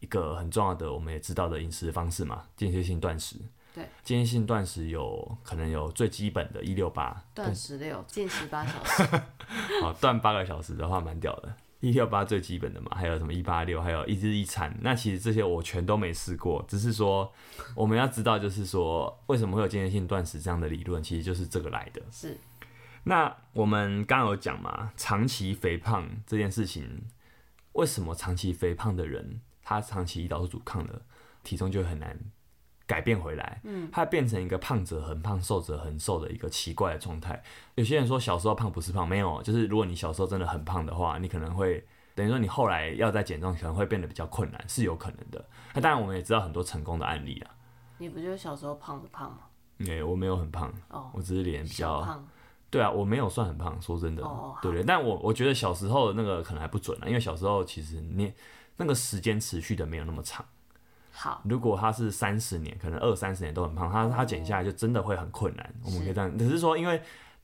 S1: 一个很重要的我们也知道的饮食方式嘛，间歇性断食。
S2: 对，
S1: 间歇性断食有可能有最基本的一六八，
S2: 断食六，进十八小 时，
S1: 好哦断八个小时的话蛮屌的，一六八最基本的嘛，还有什么一八六，还有一日一餐。那其实这些我全都没试过，只是说我们要知道，就是说为什么会有间歇性断食这样的理论，其实就是这个来的。
S2: 是
S1: 那我们刚刚有讲嘛，长期肥胖这件事情，为什么长期肥胖的人，他长期胰岛素阻抗了，体重就很难改变回来？嗯，他变成一个胖者很胖，瘦者很瘦的一个奇怪的状态。有些人说小时候胖不是胖，没有，就是如果你小时候真的很胖的话，你可能会。等于说，你后来要再减重，可能会变得比较困难，是有可能的。那当然，我们也知道很多成功的案例啊。
S2: 你不就是小时候胖的胖吗？
S1: 因为我没有很胖，
S2: 哦，
S1: 我只是脸比较
S2: 小胖，
S1: 对啊，我没有算很胖，说真的，
S2: 哦好
S1: 对对。但我我觉得小时候那个可能还不准啊，因为小时候其实你那个时间持续的没有那么长。
S2: 好，
S1: 如果他是三十年，可能二三十年都很胖，他他减下来就真的会很困难。我们可以这样，只是说因为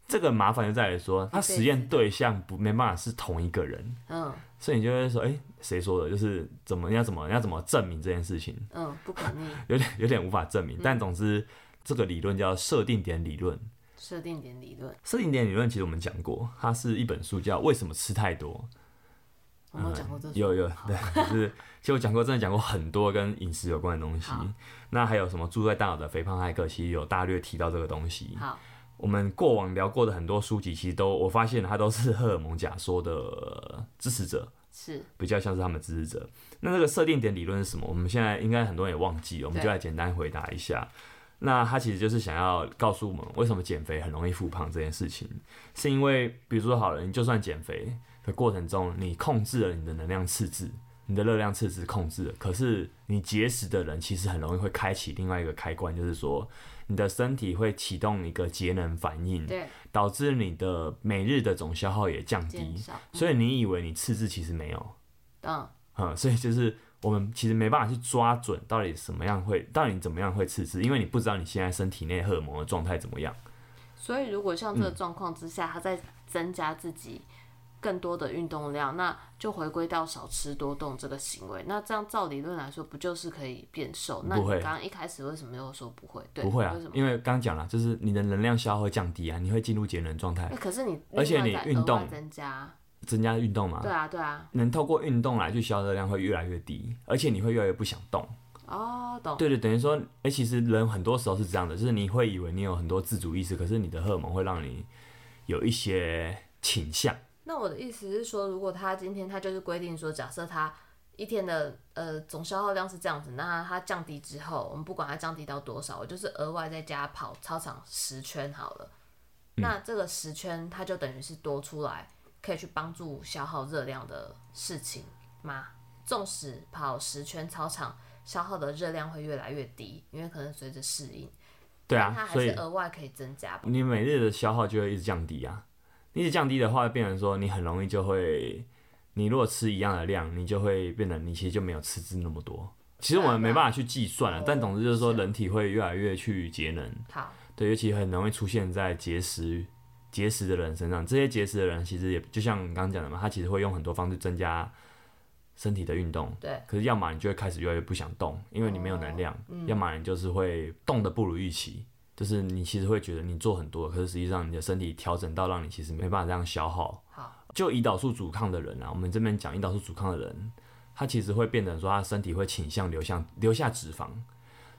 S1: 这个麻烦就在于说，他
S2: 一辈子
S1: 实验对象不没办法是同一个人，
S2: 嗯
S1: 所以你就会说，哎、谁说的？就是怎么要怎么要怎么证明这件事情，
S2: 嗯，不可 逆，
S1: 有点有点无法
S2: 嗯
S1: 证明。但总之，这个理论叫设定点理论。
S2: 设定点理论，
S1: 设定点理论其实我们讲过，它是一本书叫《为什么吃太多》。
S2: 我
S1: 嗯
S2: 没有讲过这
S1: 有 有
S2: 好
S1: 对，就是其实我讲过，真的讲过很多跟饮食有关的东西
S2: 好。
S1: 那还有什么住在大脑的肥胖骇客，其实有大略提到这个东西。
S2: 好，
S1: 我们过往聊过的很多书籍，其实都我发现它都是荷尔蒙假说的呃支持者，
S2: 是
S1: 比较像是他们支持者。那这个设定点理论是什么？我们现在应该很多人也忘记了，我们
S2: 对
S1: 就来简单回答一下。那它其实就是想要告诉我们，为什么减肥很容易复胖这件事情，是因为比如说好了，你就算减肥的过程中，你控制了你的能量赤字，你的热量赤字控制了，可是你节食的人其实很容易会开启另外一个开关，就是说你的身体会启动一个节能反应，
S2: 对
S1: 导致你的每日的总消耗也降
S2: 减
S1: 低，
S2: 少，
S1: 所以你以为你赤字其实没有，
S2: 嗯，
S1: 嗯，所以就是我们其实没办法去抓准到底什么样会，到底怎么样会刺激，因为你不知道你现在身体内荷尔蒙的状态怎么样。
S2: 所以如果像
S1: 嗯
S2: 这个状况之下，他在增加自己更多的运动量，那就回归到少吃多动这个行为。那这样照理论来说，不就是可以变瘦？那你
S1: 不会
S2: 刚刚一开始为什么又说不会？对，
S1: 不会啊
S2: 为什，么？
S1: 因为刚刚讲了，就是你的能量消耗会降低啊，你会进入节能状态
S2: 哎，可是你
S1: 而且你
S2: 另外再
S1: 运
S2: 额外
S1: 动啊
S2: 增加，
S1: 增加运动嘛
S2: 对，啊对啊，
S1: 能透过运动来去消耗热量会越来越低，而且你会越来越不想动。
S2: 哦，懂，
S1: 对对，等于说，哎、其实人很多时候是这样的，就是你会以为你有很多自主意识，可是你的荷尔蒙会让你有一些倾向。
S2: 那我的意思是说，如果他今天他就是规定说，假设他一天的呃总消耗量是这样子，那他降低之后，我们不管他降低到多少，我就是额外在家跑操场十圈好了。
S1: 嗯
S2: 那这个十圈，它就等于是多出来可以去帮助消耗热量的事情吗？纵使跑十圈操场消耗的热量会越来越低，因为可能随着适应，
S1: 对
S2: 但它
S1: 啊，
S2: 还
S1: 所以
S2: 是额外可以增加吧。
S1: 你每日的消耗就会一直降低啊。你一直降低的话，变成说你很容易就会，你如果吃一样的量，你就会变得你其实就没有吃脂那么多。其实我们没办法去计算了
S2: 哦，
S1: 但总之就是说，
S2: 是
S1: 人体会越来越去节能，
S2: 好，
S1: 对，尤其很容易出现在节食、节食的人身上。这些节食的人其实也就像你刚刚讲的嘛，他其实会用很多方式增加身体的运动，
S2: 对，
S1: 可是要么你就会开始越来越不想动，因为你没有能量；要么你就是会动的不如预期，就是你其实会觉得你做很多，可是实际上你的身体调整到让你其实没办法这样消耗。
S2: 好，
S1: 就胰岛素阻抗的人啊，我们这边讲胰岛素阻抗的人，他其实会变成说他身体会倾向流向留下脂肪。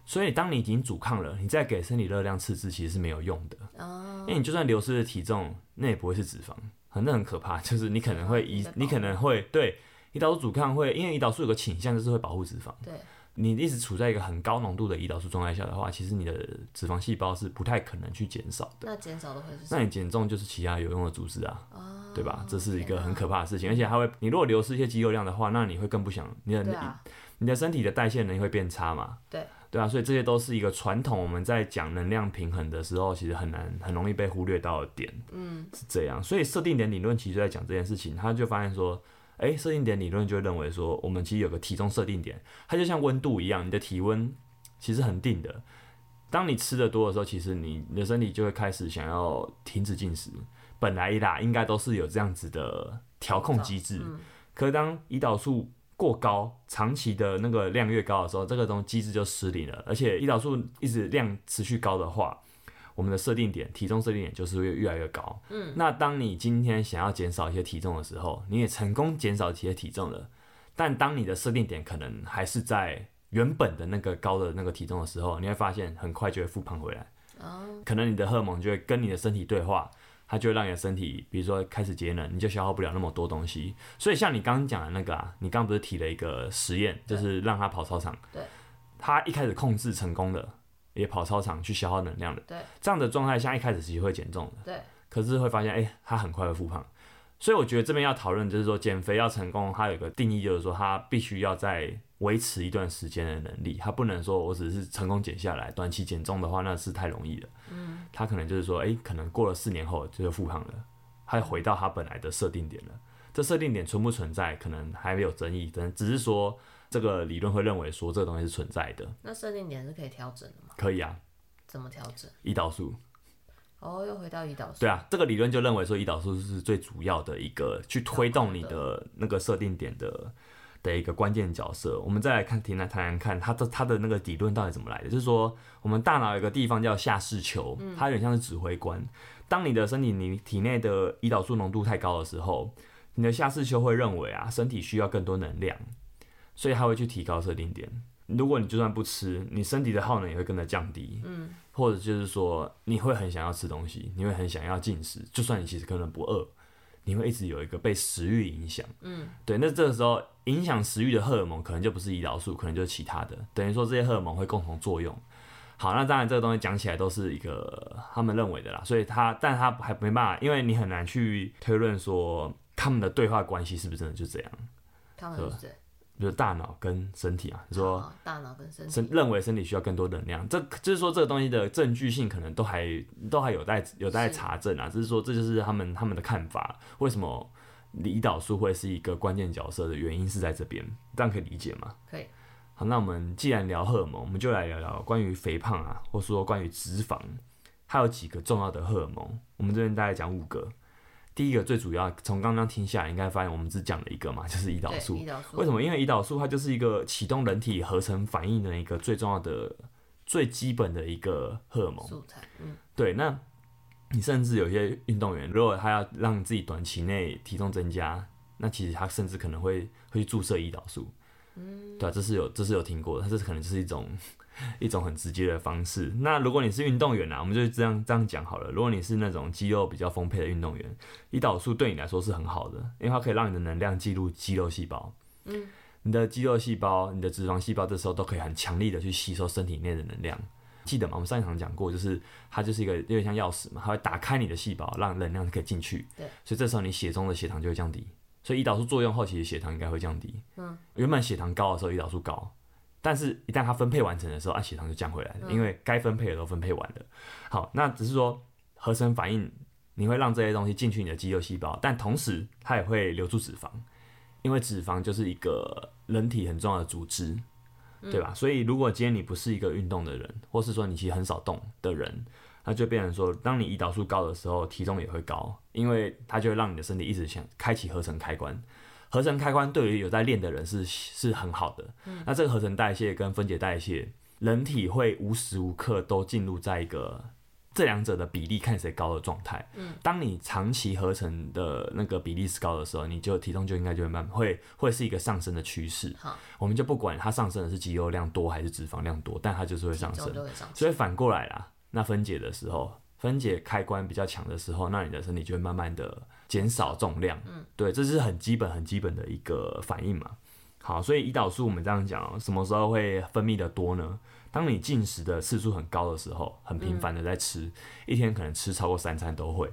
S1: 所以，当你已经阻抗了，你再给身体热量赤字其实是没有用的，
S2: 嗯
S1: 因为你就算流失了体重，那也不会是脂肪，很那很可怕。就是你可能会
S2: 你
S1: 胰
S2: 在，保
S1: 你可能会对胰岛素阻抗会，因为胰岛素有个倾向就是会保护脂肪。
S2: 对，
S1: 你一直处在一个很高浓度的胰岛素状态下的话，其实你的脂肪细胞是不太可能去减少的。
S2: 那减少的会是什么？
S1: 那你减重就是其他有用的组织啊，
S2: 哦
S1: 对吧？这是一个很可怕的事情，
S2: 天
S1: 而且它会，你如果流失一些肌肉量的话，那你会更不想你的、
S2: 对啊，
S1: 你的身体的代谢能力会变差嘛？
S2: 对，
S1: 对啊，所以这些都是一个传统我们在讲能量平衡的时候，其实很难很容易被忽略到的点。嗯，是这样。所以设定点理论其实就在讲这件事情，他就发现说，诶，设定点理论就会认为说，我们其实有个体重设定点，它就像温度一样，你的体温其实很定的。当你吃的多的时候，其实你你的身体就会开始想要停止进食。本来啦，应该都是有这样子的调控机制，可是当胰岛素过高，长期的那个量越高的时候，这个东西机制就失灵了。而且胰岛素一直量持续高的话，我们的设定点、体重设定点就是会越来越高。嗯，那当你今天想要减少一些体重的时候，你也成功减少一些体重了，但当你的设定点可能还是在原本的那个高的那个体重的时候，你会发现很快就会复胖回来。可能你的荷尔蒙就会跟你的身体对话，它就会让你的身体，比如说开始节能，你就消耗不了那么多东西。所以像你刚刚讲的那个啊，你刚刚不是提了一个实验，就是让他跑操场，
S2: 对，
S1: 他一开始控制成功了，也跑操场去消耗能量了，
S2: 对，
S1: 这样的状态下一开始其实会减重的，
S2: 对，
S1: 可是会发现，哎、他很快会复胖。所以我觉得这边要讨论，就是说减肥要成功，它有一个定义，就是说它必须要在维持一段时间的能力，它不能说我只是成功减下来，短期减重的话那是太容易了。嗯，它可能就是说，哎、可能过了四年后就复胖了，它回到它本来的设定点了。这设定点存不存在，可能还没有争议，但只是说这个理论会认为说这个东西是存在的，
S2: 那设定点是可以调整的吗？
S1: 可以啊，
S2: 怎么调整？
S1: 胰岛素。
S2: 哦，又回到胰岛素。
S1: 对啊，这个理论就认为说胰岛素是最主要的一个去推动你的那个设定点的的一个关键角色。我们再来看，停来谈谈看它的它的那个理论到底怎么来的。就是说，我们大脑有个地方叫下视球，它有点像是指挥官。当你的身体你体内的胰岛素浓度太高的时候，你的下视球会认为啊，身体需要更多能量，所以它会去提高设定点。如果你就算不吃，你身体的耗能也会跟着降低。或者就是说你会很想要吃东西，你会很想要进食，就算你其实根本不饿，你会一直有一个被食欲影响。嗯，对。那这个时候影响食欲的荷尔蒙可能就不是胰岛素，可能就是其他的，等于说这些荷尔蒙会共同作用。好，那当然这个东西讲起来都是一个他们认为的啦，所以他，但他还没办法，因为你很难去推论说他们的对话关系是不是真的就这样，
S2: 他们是谁？
S1: 就是大脑跟身体啊，你说
S2: 哦大脑跟身体。
S1: 身认为身体需要更多能量，这就是说这个东西的证据性可能都还都还有待有待
S2: 是
S1: 查证啊，只是说这就是他们他们的看法，为什么胰岛素会是一个关键角色的原因是在这边，这样可以理解吗？
S2: 可以。
S1: 好，那我们既然聊荷尔蒙，我们就来聊聊关于肥胖啊，或说关于脂肪，它有几个重要的荷尔蒙，我们这边大概讲五个。第一个最主要，从刚刚听下来，应该发现我们只讲了一个嘛，就是胰岛
S2: 对，
S1: 素。
S2: 胰岛素。
S1: 为什么？因为胰岛素它就是一个启动人体合成反应的一个最重要的、最基本的一个荷尔蒙。
S2: 素材，嗯，
S1: 对，那你甚至有些运动员，如果他要让自己短期内体重增加，那其实他甚至可能会会去注射胰岛素。嗯，对啊，这是有这是有听过的，它这可能就是一种一种很直接的方式。那如果你是运动员啊，我们就这样这样讲好了。如果你是那种肌肉比较丰沛的运动员，胰岛素对你来说是很好的，因为它可以让你的能量进入肌肉细胞。嗯，你的肌肉细胞、你的脂肪细胞这时候都可以很强力的去吸收身体内的能量。记得吗？我们上一堂讲过，就是它就是一个有点像钥匙嘛，它会打开你的细胞，让能量可以进去。
S2: 对，
S1: 所以这时候你血中的血糖就会降低。所以胰岛素作用后，其实血糖应该会降低。嗯，原本血糖高的时候，胰岛素高，但是一旦它分配完成的时候，啊，血糖就降回来了，因为该分配的都分配完了。好，那只是说合成反应，你会让这些东西进去你的肌肉细胞，但同时它也会留住脂肪，因为脂肪就是一个人体很重要的组织。对吧？所以如果今天你不是一个运动的人，或是说你其实很少动的人，那就变成说，当你胰岛素高的时候，体重也会高，因为它就会让你的身体一直想开启合成开关。合成开关对于有在练的人是是很好的。那这个合成代谢跟分解代谢，人体会无时无刻都进入在一个这两者的比例看谁高的状态。当你长期合成的那个比例是高的时候，你就体重就应该就会慢会会是一个上升的趋势。
S2: 好，
S1: 我们就不管它上升的是肌肉量多还是脂肪量多，但它就是会上
S2: 体
S1: 升
S2: 重。就会上升。
S1: 所以反过来啦，那分解的时候，分解开关比较强的时候，那你的身体就会慢慢的减少重量。嗯，对，这是很基本很基本的一个反应嘛。好，所以胰岛素我们这样讲哦，什么时候会分泌的多呢？当你进食的次数很高的时候，很频繁的在吃，
S2: 嗯
S1: 一天可能吃超过三餐都会，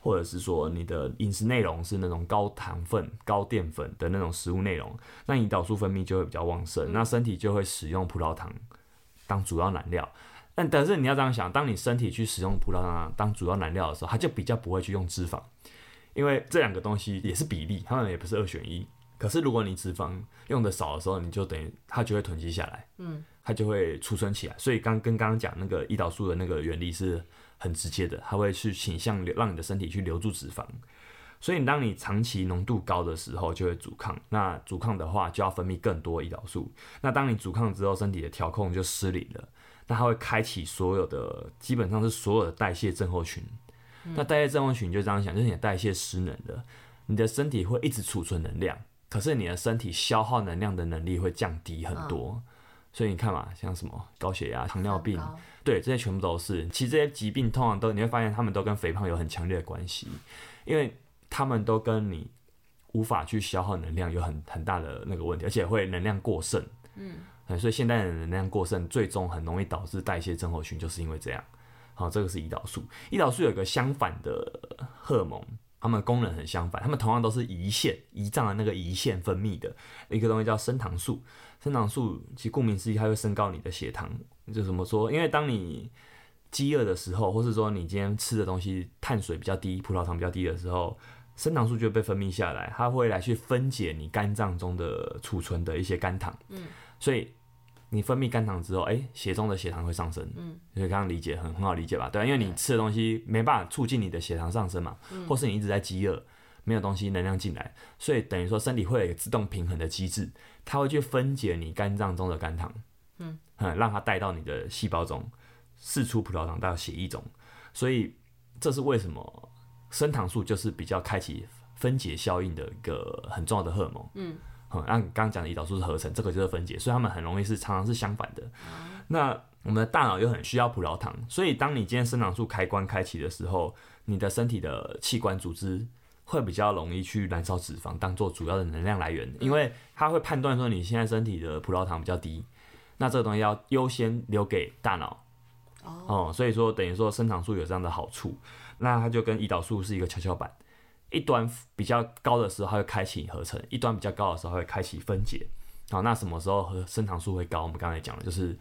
S1: 或者是说你的饮食内容是那种高糖分、高淀粉的那种食物内容，那胰岛素分泌就会比较旺盛，
S2: 嗯
S1: 那身体就会使用葡萄糖当主要燃料。但但是你要这样想，当你身体去使用葡萄糖当主要燃料的时候，它就比较不会去用脂肪，因为这两个东西也是比例，它们也不是二选一。可是如果你脂肪用的少的时候，你就等于它就会囤积下来，嗯，它就会储存起来。所以刚跟刚刚讲那个胰岛素的那个原理是很直接的，它会去倾向留让你的身体去留住脂肪。所以当你长期浓度高的时候，就会阻抗。那阻抗的话，就要分泌更多胰岛素。那当你阻抗之后，身体的调控就失灵了。那它会开启所有的，基本上是所有的代谢症候群。那代谢症候群就这样想，就是你的代谢失能了，你的身体会一直储存能量，可是你的身体消耗能量的能力会降低很多。所以你看嘛，像什么高血压、糖尿病，
S2: 糟糕
S1: 对，这些全部都是。其实这些疾病通常都你会发现，他们都跟肥胖有很强烈的关系，因为他们都跟你无法去消耗能量有很很大的那个问题，而且会能量过剩。嗯，所以现代人的能量过剩，最终很容易导致代谢症候群，就是因为这样。好，这个是胰岛素，胰岛素有一个相反的荷尔蒙，它们功能很相反，它们同样都是胰腺、胰脏的那个胰腺分泌的一个东西叫升糖素。升糖素其实顾名思义，它会升高你的血糖。就怎么说？因为当你饥饿的时候，或是说你今天吃的东西碳水比较低、葡萄糖比较低的时候，升糖素就会被分泌下来，它会来去分解你肝脏中的储存的一些肝糖。嗯，所以你分泌肝糖之后，哎、血中的血糖会上升。嗯，所以刚刚理解很很好理解吧？对啊，因为你吃的东西没办法促进你的血糖上升嘛，或是你一直在饥饿。没有东西能量进来，所以等于说身体会有一个自动平衡的机制，它会去分解你肝脏中的肝糖，嗯，让它带到你的细胞中，释出葡萄糖到血液中。所以这是为什么升糖素就是比较开启分解效应的一个很重要的荷尔蒙。嗯，嗯，那你刚刚讲的胰岛素是合成，这个就是分解，所以它们很容易是常常是相反的。那我们的大脑又很需要葡萄糖，所以当你今天升糖素开关开启的时候，你的身体的器官组织会比较容易去燃烧脂肪当做主要的能量来源，因为它会判断说你现在身体的葡萄糖比较低，那这个东西要优先留给大脑。哦、所以说等于说升糖素有这样的好处，那它就跟胰岛素是一个跷跷板，一端比较高的时候它会开启合成，一端比较高的时候它会开启分解。好，那什么时候和升糖素会高？我们刚才讲了，就是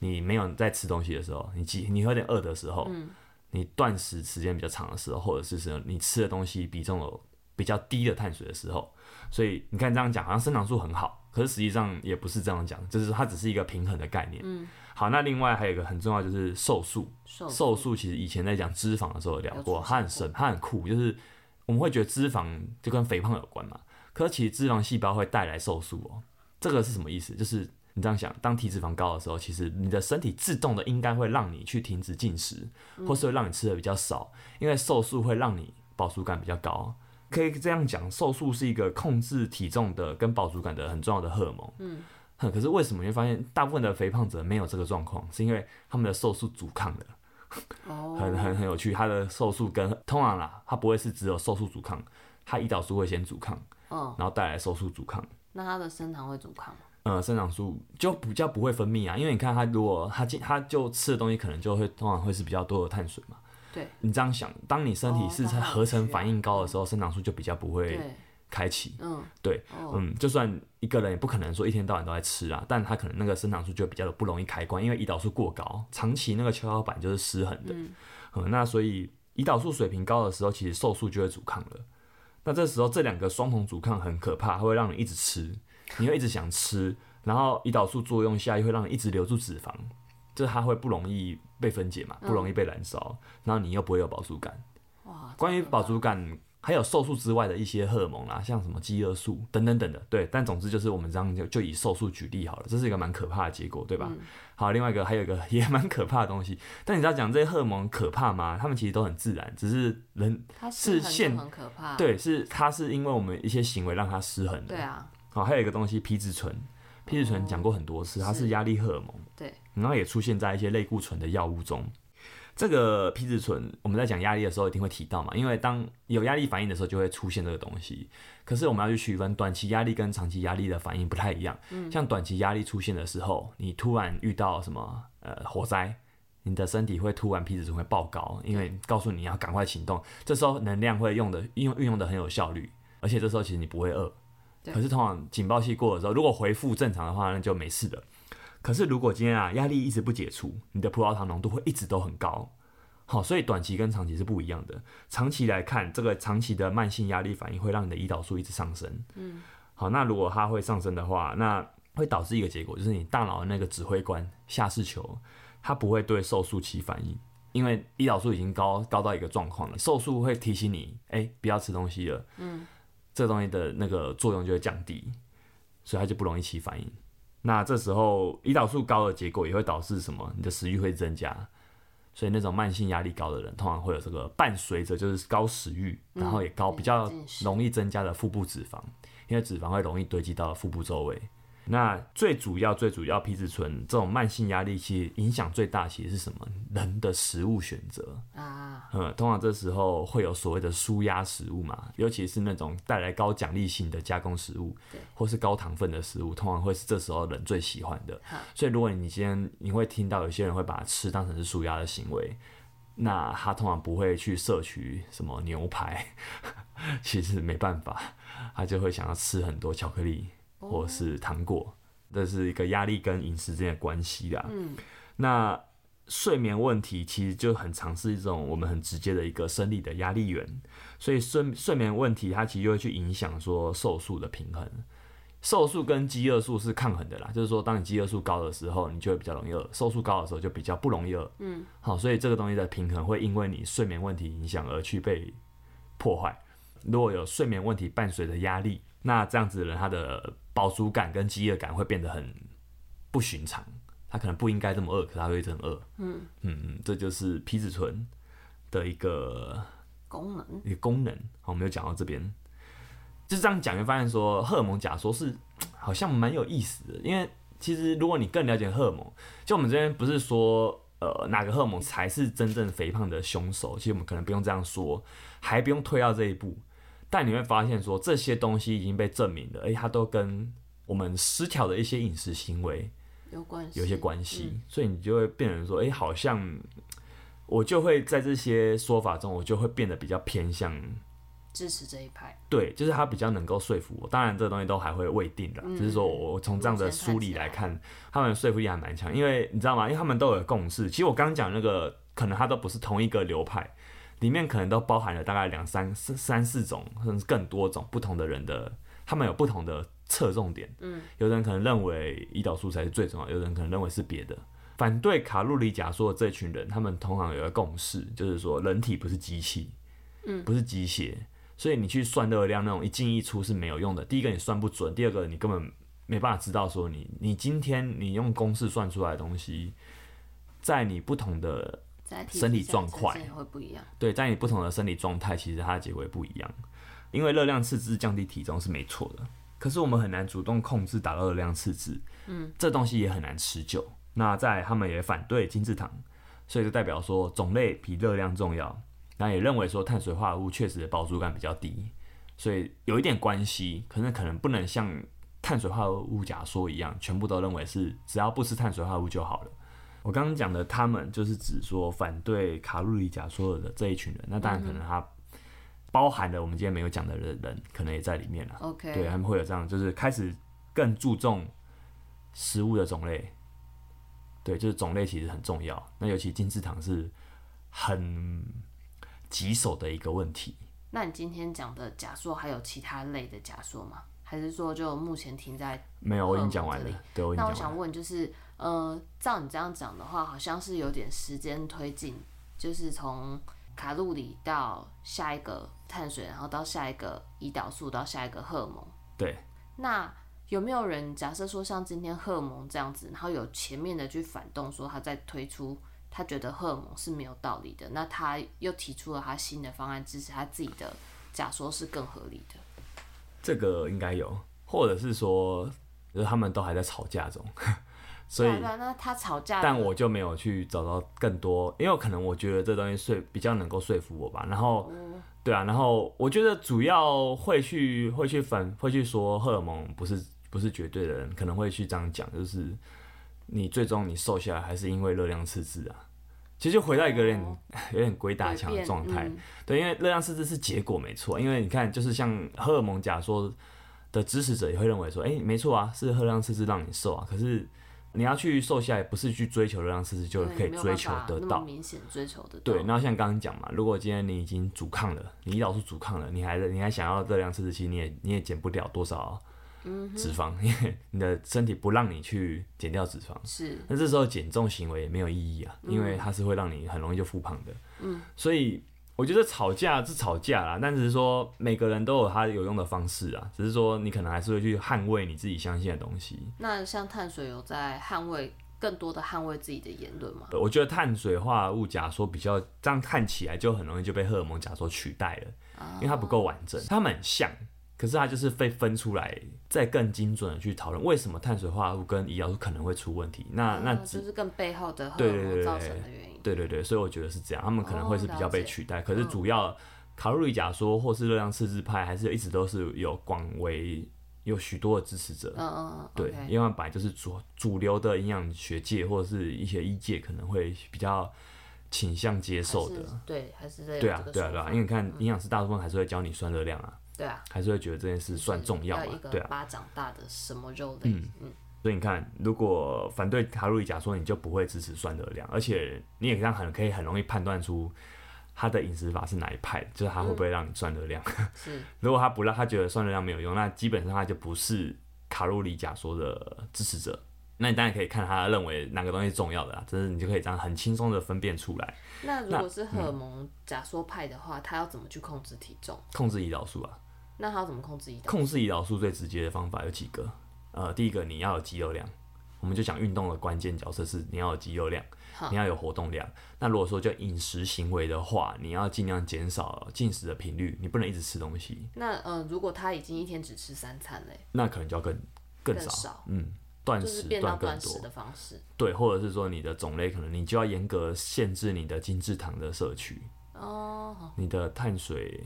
S1: 你没有在吃东西的时候，你饥你有点饿的时候，你断食时间比较长的时候，或者是是你吃的东西比重有比较低的碳水的时候，所以你看这样讲好像升糖素很好，可是实际上也不是这样讲，就是它只是一个平衡的概念。嗯，好，那另外还有一个很重要就是瘦素，
S2: 瘦
S1: 瘦素其实以前在讲脂肪的时候有聊
S2: 有
S1: 过，
S2: 出
S1: 它很
S2: 现
S1: 神，它很酷，就是我们会觉得脂肪就跟肥胖有关嘛，可是其实脂肪细胞会带来瘦素哦。这个是什么意思？就是你这样想，当体脂肪高的时候，其实你的身体自动的应该会让你去停止进食，或
S2: 嗯
S1: 是会让你吃的比较少，因为瘦素会让你饱足感比较高。可以这样讲，瘦素是一个控制体重的跟饱足感的很重要的荷尔蒙。嗯，可是为什么你会发现大部分的肥胖者没有这个状况？是因为他们的瘦素阻抗了。
S2: 哦，
S1: 很很很有趣。它的瘦素跟通常啦，它不会是只有瘦素阻抗，它胰岛素会先阻抗，
S2: 嗯，
S1: 然后带来瘦素阻抗。
S2: 那它的升糖会阻抗吗？
S1: 呃，生长素就比较不会分泌啊，因为你看它如果它进它就吃的东西可能就会通常会是比较多的碳水嘛。
S2: 对，
S1: 你这样想，当你身体
S2: 哦
S1: 是
S2: 那它很
S1: 合成
S2: 需要
S1: 反应高的时候，生长素就比较不会
S2: 嗯对，
S1: 开启。
S2: 嗯，
S1: 对，
S2: 哦，
S1: 嗯，就算一个人也不可能说一天到晚都在吃啊，但他可能那个生长素就比较不容易开关，因为胰岛素过高，长期那个跷跷板就是失衡的。嗯那所以胰岛素水平高的时候，其实瘦素就会阻抗了。那这时候这两个双重阻抗很可怕，它会让你一直吃，你会一直想吃，然后胰岛素作用下又会让你一直留住脂肪，就是它会不容易被分解嘛，不容易被燃烧，然后你又不会有饱足感。
S2: 哇，
S1: 关于
S2: 这个
S1: 饱足感，还有瘦素之外的一些荷尔蒙啦，像什么饥饿素等等等的，对。但总之就是我们这样就就以瘦素举例好了，这是一个蛮可怕的结果，对吧？好，另外一个还有一个也蛮可怕的东西，但你知道讲这些荷尔蒙可怕吗？它们其实都很自然，只是人
S2: 它
S1: 是
S2: 失衡
S1: 现
S2: 就很可怕，
S1: 对是它是因为我们一些行为让它失衡的
S2: 对。啊，
S1: 好，哦还有一个东西皮质醇，皮质醇讲过很多次，它是压力荷尔蒙。
S2: 对，
S1: 然后也出现在一些类固醇的药物中。这个皮质醇，我们在讲压力的时候一定会提到嘛，因为当有压力反应的时候，就会出现这个东西。可是我们要去区分短期压力跟长期压力的反应不太一样。像短期压力出现的时候，你突然遇到什么呃火灾，你的身体会突然皮质醇会爆高，因为告诉你要赶快行动。这时候能量会用的运用运用的很有效率，而且这时候其实你不会饿。
S2: 对
S1: 可是通常警报器过的时候，如果回复正常的话，那就没事了。可是如果今天啊压力一直不解除，你的葡萄糖浓度会一直都很高。好，所以短期跟长期是不一样的。长期来看，这个长期的慢性压力反应会让你的胰岛素一直上升。嗯，好，那如果它会上升的话，那会导致一个结果，就是你大脑的那个指挥官下视球，它不会对瘦素起反应。因为胰岛素已经高高到一个状况了，瘦素会提醒你，哎、不要吃东西了，
S2: 嗯，
S1: 这东西的那个作用就会降低，所以它就不容易起反应。那这时候胰岛素高的结果也会导致什么？你的食欲会增加，所以那种慢性压力高的人，通常会有这个伴随着就是高食欲，
S2: 嗯
S1: 然后也高
S2: 对
S1: 比较
S2: 这也是
S1: 容易增加的腹部脂肪，因为脂肪会容易堆积到腹部周围。那最主要、最主要，皮质醇这种慢性压力其实影响最大，其实是什么？人的食物选择。
S2: 啊，
S1: 嗯，通常这时候会有所谓的舒压食物嘛，尤其是那种带来高奖励性的加工食物
S2: 对，
S1: 或是高糖分的食物，通常会是这时候人最喜欢的
S2: 好。
S1: 所以，如果你今天你会听到有些人会把吃当成是舒压的行为，那他通常不会去摄取什么牛排， 其实没办法，他就会想要吃很多巧克力或
S2: 哦
S1: 是糖果，这是一个压力跟饮食之间的关系啦。
S2: 嗯，
S1: 那睡眠问题其实就很常是一种我们很直接的一个生理的压力源，所以睡睡眠问题它其实就会去影响说瘦素的平衡。瘦素跟饥饿素是抗衡的啦，就是说，当你饥饿素高的时候，你就会比较容易饿；瘦素高的时候就比较不容易饿。
S2: 嗯，
S1: 好，所以这个东西的平衡会因为你睡眠问题影响而去被破坏。如果有睡眠问题伴随着压力，那这样子的人他的饱足感跟饥饿感会变得很不寻常。他可能不应该这么饿，可他会一直很饿。
S2: 嗯
S1: 嗯嗯，这就是皮质醇的一个
S2: 功能
S1: 一个功能。好，我们就讲到这边，就是这样讲，就发现说荷尔蒙假说是好像蛮有意思的，因为其实如果你更了解荷尔蒙，就我们这边不是说。呃，哪个荷尔蒙才是真正肥胖的凶手？其实我们可能不用这样说，还不用推到这一步。但你会发现说，这些东西已经被证明了，而且它都跟我们失调的一些饮食行为
S2: 有关系，嗯
S1: 有一些关系，所以你就会变成说，哎、好像我就会在这些说法中，我就会变得比较偏向
S2: 支持这一派，
S1: 对，就是他比较能够说服我。当然，这东西都还会未定的，
S2: 嗯
S1: 只是说我我从这样的梳理来看，他们的说服力还蛮强，因为你知道吗？因为他们都有共识。其实我刚刚讲那个，可能它都不是同一个流派，里面可能都包含了大概两三四三四种，甚至更多种不同的人的，他们有不同的侧重点。
S2: 嗯，
S1: 有的人可能认为胰岛素才是最重要，有的人可能认为是别的。反对卡路里假说的这群人，他们通常有个共识，就是说人体不是机器，
S2: 嗯
S1: 不是机械，所以你去算热量那种一进一出是没有用的。第一个你算不准，第二个你根本没办法知道说你你今天你用公式算出来的东西，在你不同的
S2: 在
S1: 身体状况
S2: 况也会不一样，
S1: 对，在你不同的生理状态，其实它的结果也不一样。因为热量赤字降低体重是没错的，可是我们很难主动控制达到热量赤字，
S2: 嗯，
S1: 这东西也很难持久。那在他们也反对精制糖，所以就代表说种类比热量重要。那也认为说碳水化合物确实饱足感比较低，所以有一点关系，可是可能不能像碳水化合物假说一样，全部都认为是只要不吃碳水化合物就好了。我刚刚讲的他们就是指说反对卡路里假说的这一群人，那当然可能他包含了我们今天没有讲的人，人可能也在里面了。
S2: OK，
S1: 对，他啊们会有这样，就是开始更注重食物的种类。对，就是种类其实很重要。那尤其精制糖是很棘手的一个问题。
S2: 那你今天讲的假说还有其他类的假说吗？还是说就目前停在？
S1: 没有，我已经讲完
S2: 嗯这里
S1: 了。对，我已经
S2: 那
S1: 讲完了。
S2: 我想问，就是呃，照你这样讲的话，好像是有点时间推进，就是从卡路里到下一个碳水，然后到下一个胰岛素，到下一个荷尔蒙。
S1: 对，
S2: 那有没有人假设说像今天荷尔蒙这样子，然后有前面的去反动说他在推出，他觉得荷尔蒙是没有道理的，那他又提出了他新的方案支持他自己的假说是更合理的？
S1: 这个应该有，或者是说，就是他们都还在吵架中， 所以
S2: 对啊对啊那他吵架的，
S1: 但我就没有去找到更多，因为可能我觉得这东西说比较能够说服我吧。然
S2: 哦
S1: 后，对啊，然后我觉得主要会去会去反会去说荷尔蒙不是不是绝对的人，可能会去这样讲，就是你最终你瘦下来还是因为热量赤字啊。其实就回到一个有点、
S2: 哦
S1: 有点鬼打墙的状
S2: 嗯
S1: 态，对，因为热量赤字是结果没错，因为你看，就是像荷尔蒙假说的支持者也会认为说，哎、没错啊，是热量赤字让你瘦啊，可是你要去瘦下来，不是去追求热量赤字就
S2: 对
S1: 可以
S2: 没有
S1: 追
S2: 办
S1: 求
S2: 法
S1: 得
S2: 那么
S1: 到。
S2: 明显追求得到。
S1: 对，那像刚刚讲嘛，如果今天你已经阻抗了，你胰岛素阻抗了，你还你还想要热量赤字，其实你也你也减不了多少
S2: 嗯
S1: 脂肪，因为你的身体不让你去减掉脂肪。
S2: 是
S1: 那这时候减重行为也没有意义啊，因为它是会让你很容易就复胖的。嗯，所以我觉得吵架是吵架啦，但只是说每个人都有他有用的方式啊，只是说你可能还是会去捍卫你自己相信的东西。
S2: 那像碳水有在捍卫更多的捍卫自己的言论吗？
S1: 对我觉得碳水化合物假说比较这样看起来就很容易就被荷尔蒙假说取代了，因为它不够完整，它们很像。可是它就是被分出来，再更精准的去讨论为什么碳水化合物跟胰岛素可能会出问题。那那
S2: 啊
S1: 只
S2: 就是更背后的荷
S1: 对
S2: 尔
S1: 对对
S2: 蒙
S1: 对
S2: 造成的原因。
S1: 对对对，所以我觉得是这样，他们可能会是比较
S2: 哦
S1: 被
S2: 了解
S1: 取代，可是主要卡路里假说或是热量赤字派，还是一直都是有广为有许多的支持者。
S2: 嗯嗯，
S1: 对
S2: o，k
S1: 因为本来就是主主流的营养学界或者是一些医界可能会比较倾向接受的。
S2: 对，还是在
S1: 对啊，对啊，对啊，因为你
S2: 嗯
S1: 看营养师大部分还是会教你算热量啊，
S2: 对啊，
S1: 还是会觉得这件事算重要
S2: 要一
S1: 嘛，
S2: 个
S1: 对啊。
S2: 巴掌大的什么肉类，嗯，
S1: 所以你看，如果反对卡路里假说，你就不会支持算热量，而且你也这样很可以很容易判断出他的饮食法是哪一派，就是他会不会让你算热量。
S2: 是
S1: 如果他不让他觉得算热量没有用，那基本上他就不是卡路里假说的支持者。那你当然可以看他认为哪个东西重要的啦，这是你就可以这样很轻松的分辨出来，
S2: 那如果
S1: 嗯
S2: 是荷尔蒙假说派的话，他要怎么去控制体重？
S1: 控制胰岛素啊。
S2: 那他要怎么控制胰岛？
S1: 控制胰岛素最直接的方法有几个，呃，第一个你要有肌肉量，我们就讲运动的关键角色是你要有肌肉量
S2: 好，
S1: 你要有活动量。那如果说就饮食行为的话，你要尽量减少进食的频率，你不能一直吃东西，
S2: 那呃，如果他已经一天只吃三餐嘞，
S1: 那可能就要更更少，
S2: 更少
S1: 嗯，断
S2: 就是
S1: 食
S2: 变到
S1: 断更
S2: 断食
S1: 多，
S2: 的方式。
S1: 对，或者是说你的种类可能你就要严格限制你的精制糖的摄取，
S2: 哦，
S1: 你的碳水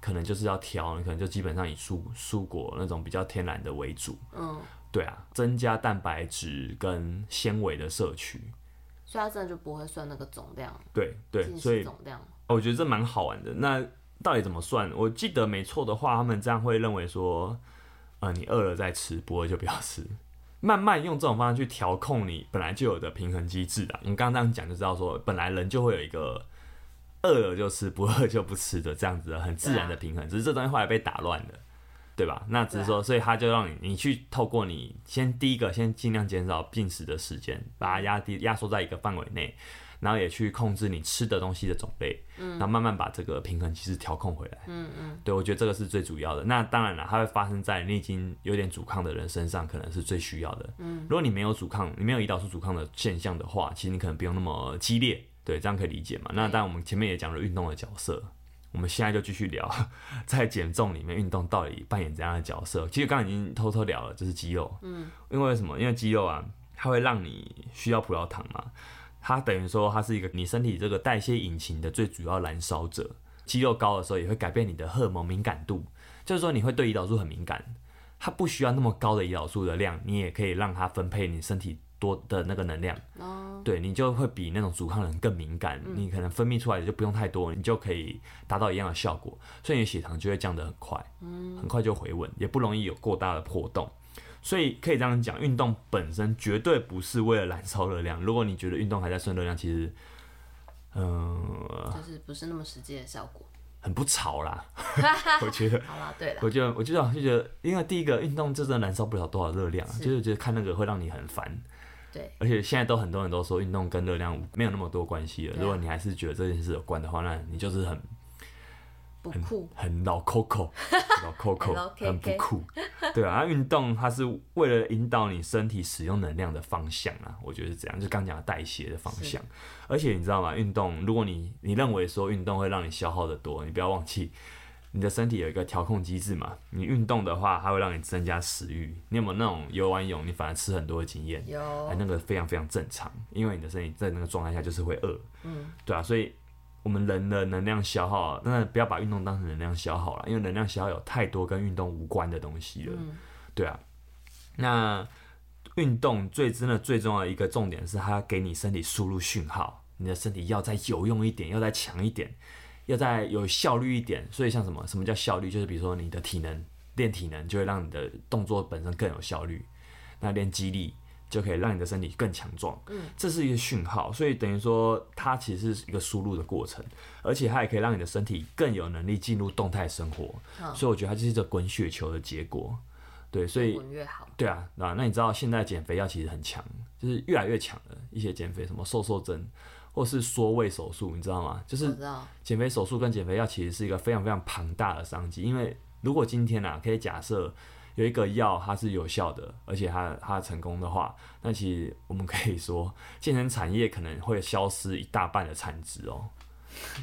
S1: 可能就是要挑，你可能就基本上以蔬蔬果那种比较天然的为主。
S2: 嗯，
S1: 对啊，增加蛋白质跟纤维的摄取。
S2: 所以他真的就不会算那个总量，
S1: 对对，
S2: 进
S1: 所
S2: 食
S1: 以
S2: 总量。
S1: 哦我觉得这蛮好玩的。那到底怎么算？我记得没错的话，他们这样会认为说，呃，你饿了再吃，不饿就不要吃。慢慢用这种方式去调控你本来就有的平衡机制啊。我们刚刚这样讲就知道说，本来人就会有一个饿了就吃，不饿就不吃的这样子的很自然的平衡，只是这东西后来被打乱了。对吧？那只是说，所以他就让你你去透过你先第一个先尽量减少进食的时间，把它压低压缩在一个范围内，然后也去控制你吃的东西的种类，嗯，然后慢慢把这个平衡其实调控回来，嗯嗯，对我觉得这个是最主要的。那当然了，它会发生在你已经有点阻抗的人身上，可能是最需要的。嗯，如果你没有阻抗，你没有胰岛素阻抗的现象的话，其实你可能不用那么激烈，对，这样可以理解嘛？那但我们前面也讲了运动的角色。我们现在就继续聊，在减重里面，运动到底扮演怎样的角色？其实刚刚已经偷偷聊了，就是肌肉。嗯，因为什么？因为肌肉啊，它会让你需要葡萄糖嘛，它等于说它是一个你身体这个代谢引擎的最主要燃烧者。肌肉高的时候也会改变你的荷尔蒙敏感度，就是说你会对胰岛素很敏感。它不需要那么高的胰岛素的量，你也可以让它分配你身体多的那个能量。
S2: 哦，
S1: 对你就会比那种阻抗人更敏感，你可能分泌出来的就不用太多，你就可以达到一样的效果，所以你的血糖就会降得很快，很快就回稳，也不容易有过大的波动。所以可以这样讲，运动本身绝对不是为了燃烧热量。如果你觉得运动还在算热量，其实，嗯、
S2: 就是不是那么实际的效果。
S1: 很不潮 啦。我觉得，
S2: 好啦，对了，
S1: 我觉得，我觉得，就觉得，因为第一个运动真的燃烧不了多少热量，啊
S2: 是
S1: 就是觉得看那个会让你很烦。
S2: 对，
S1: 而且现在都很多人都说运动跟热量没有那么多关系了。
S2: 对啊
S1: 如果你还是觉得这件事有关的话，那你就是很
S2: 不酷，
S1: 很老 Coco，老
S2: 老
S1: Coco，
S2: KK
S1: 很不酷。对啊，运动它是为了引导你身体使用能量的方向啊，我觉得是这样，就刚讲的代谢的方向。而且你知道吗？运动，如果你你认为说运动会让你消耗的多，你不要忘记。你的身体有一个调控机制嘛？你运动的话，它会让你增加食欲。你有没有那种游完泳你反而吃很多的经验？哎，
S2: 有
S1: 那个非常非常正常，因为你的身体在那个状态下就是会饿，嗯，对啊，所以我们人的能量消耗啊，那不要把运动当成能量消耗了，因为能量消耗有太多跟运动无关的东西了，
S2: 嗯
S1: 对啊，那运动最真的最重要的一个重点是它给你身体输入讯号，你的身体要再有用一点，要再强一点，要再有效率一点，所以像什么什么叫效率，就是比如说你的体能练体能，就会让你的动作本身更有效率，那练肌力。就可以让你的身体更强壮，嗯，这是一个讯号，所以等于说它其实是一个输入的过程，而且它也可以让你的身体更有能力进入动态生活，
S2: 嗯
S1: 所以我觉得它就是一个滚雪球的结果。对，所以
S2: 滚越好。
S1: 对啊，那那你知道现在减肥药其实很强，就是越来越强了。一些减肥什么瘦瘦针，或是缩胃手术，你知道吗？就
S2: 我
S1: 是
S2: 知道，
S1: 减肥手术跟减肥药其实是一个非常非常庞大的商机，因为如果今天啊，可以假设有一个药它是有效的，而且它它成功的话，那其实我们可以说，健身产业可能会消失一大半的产值哦。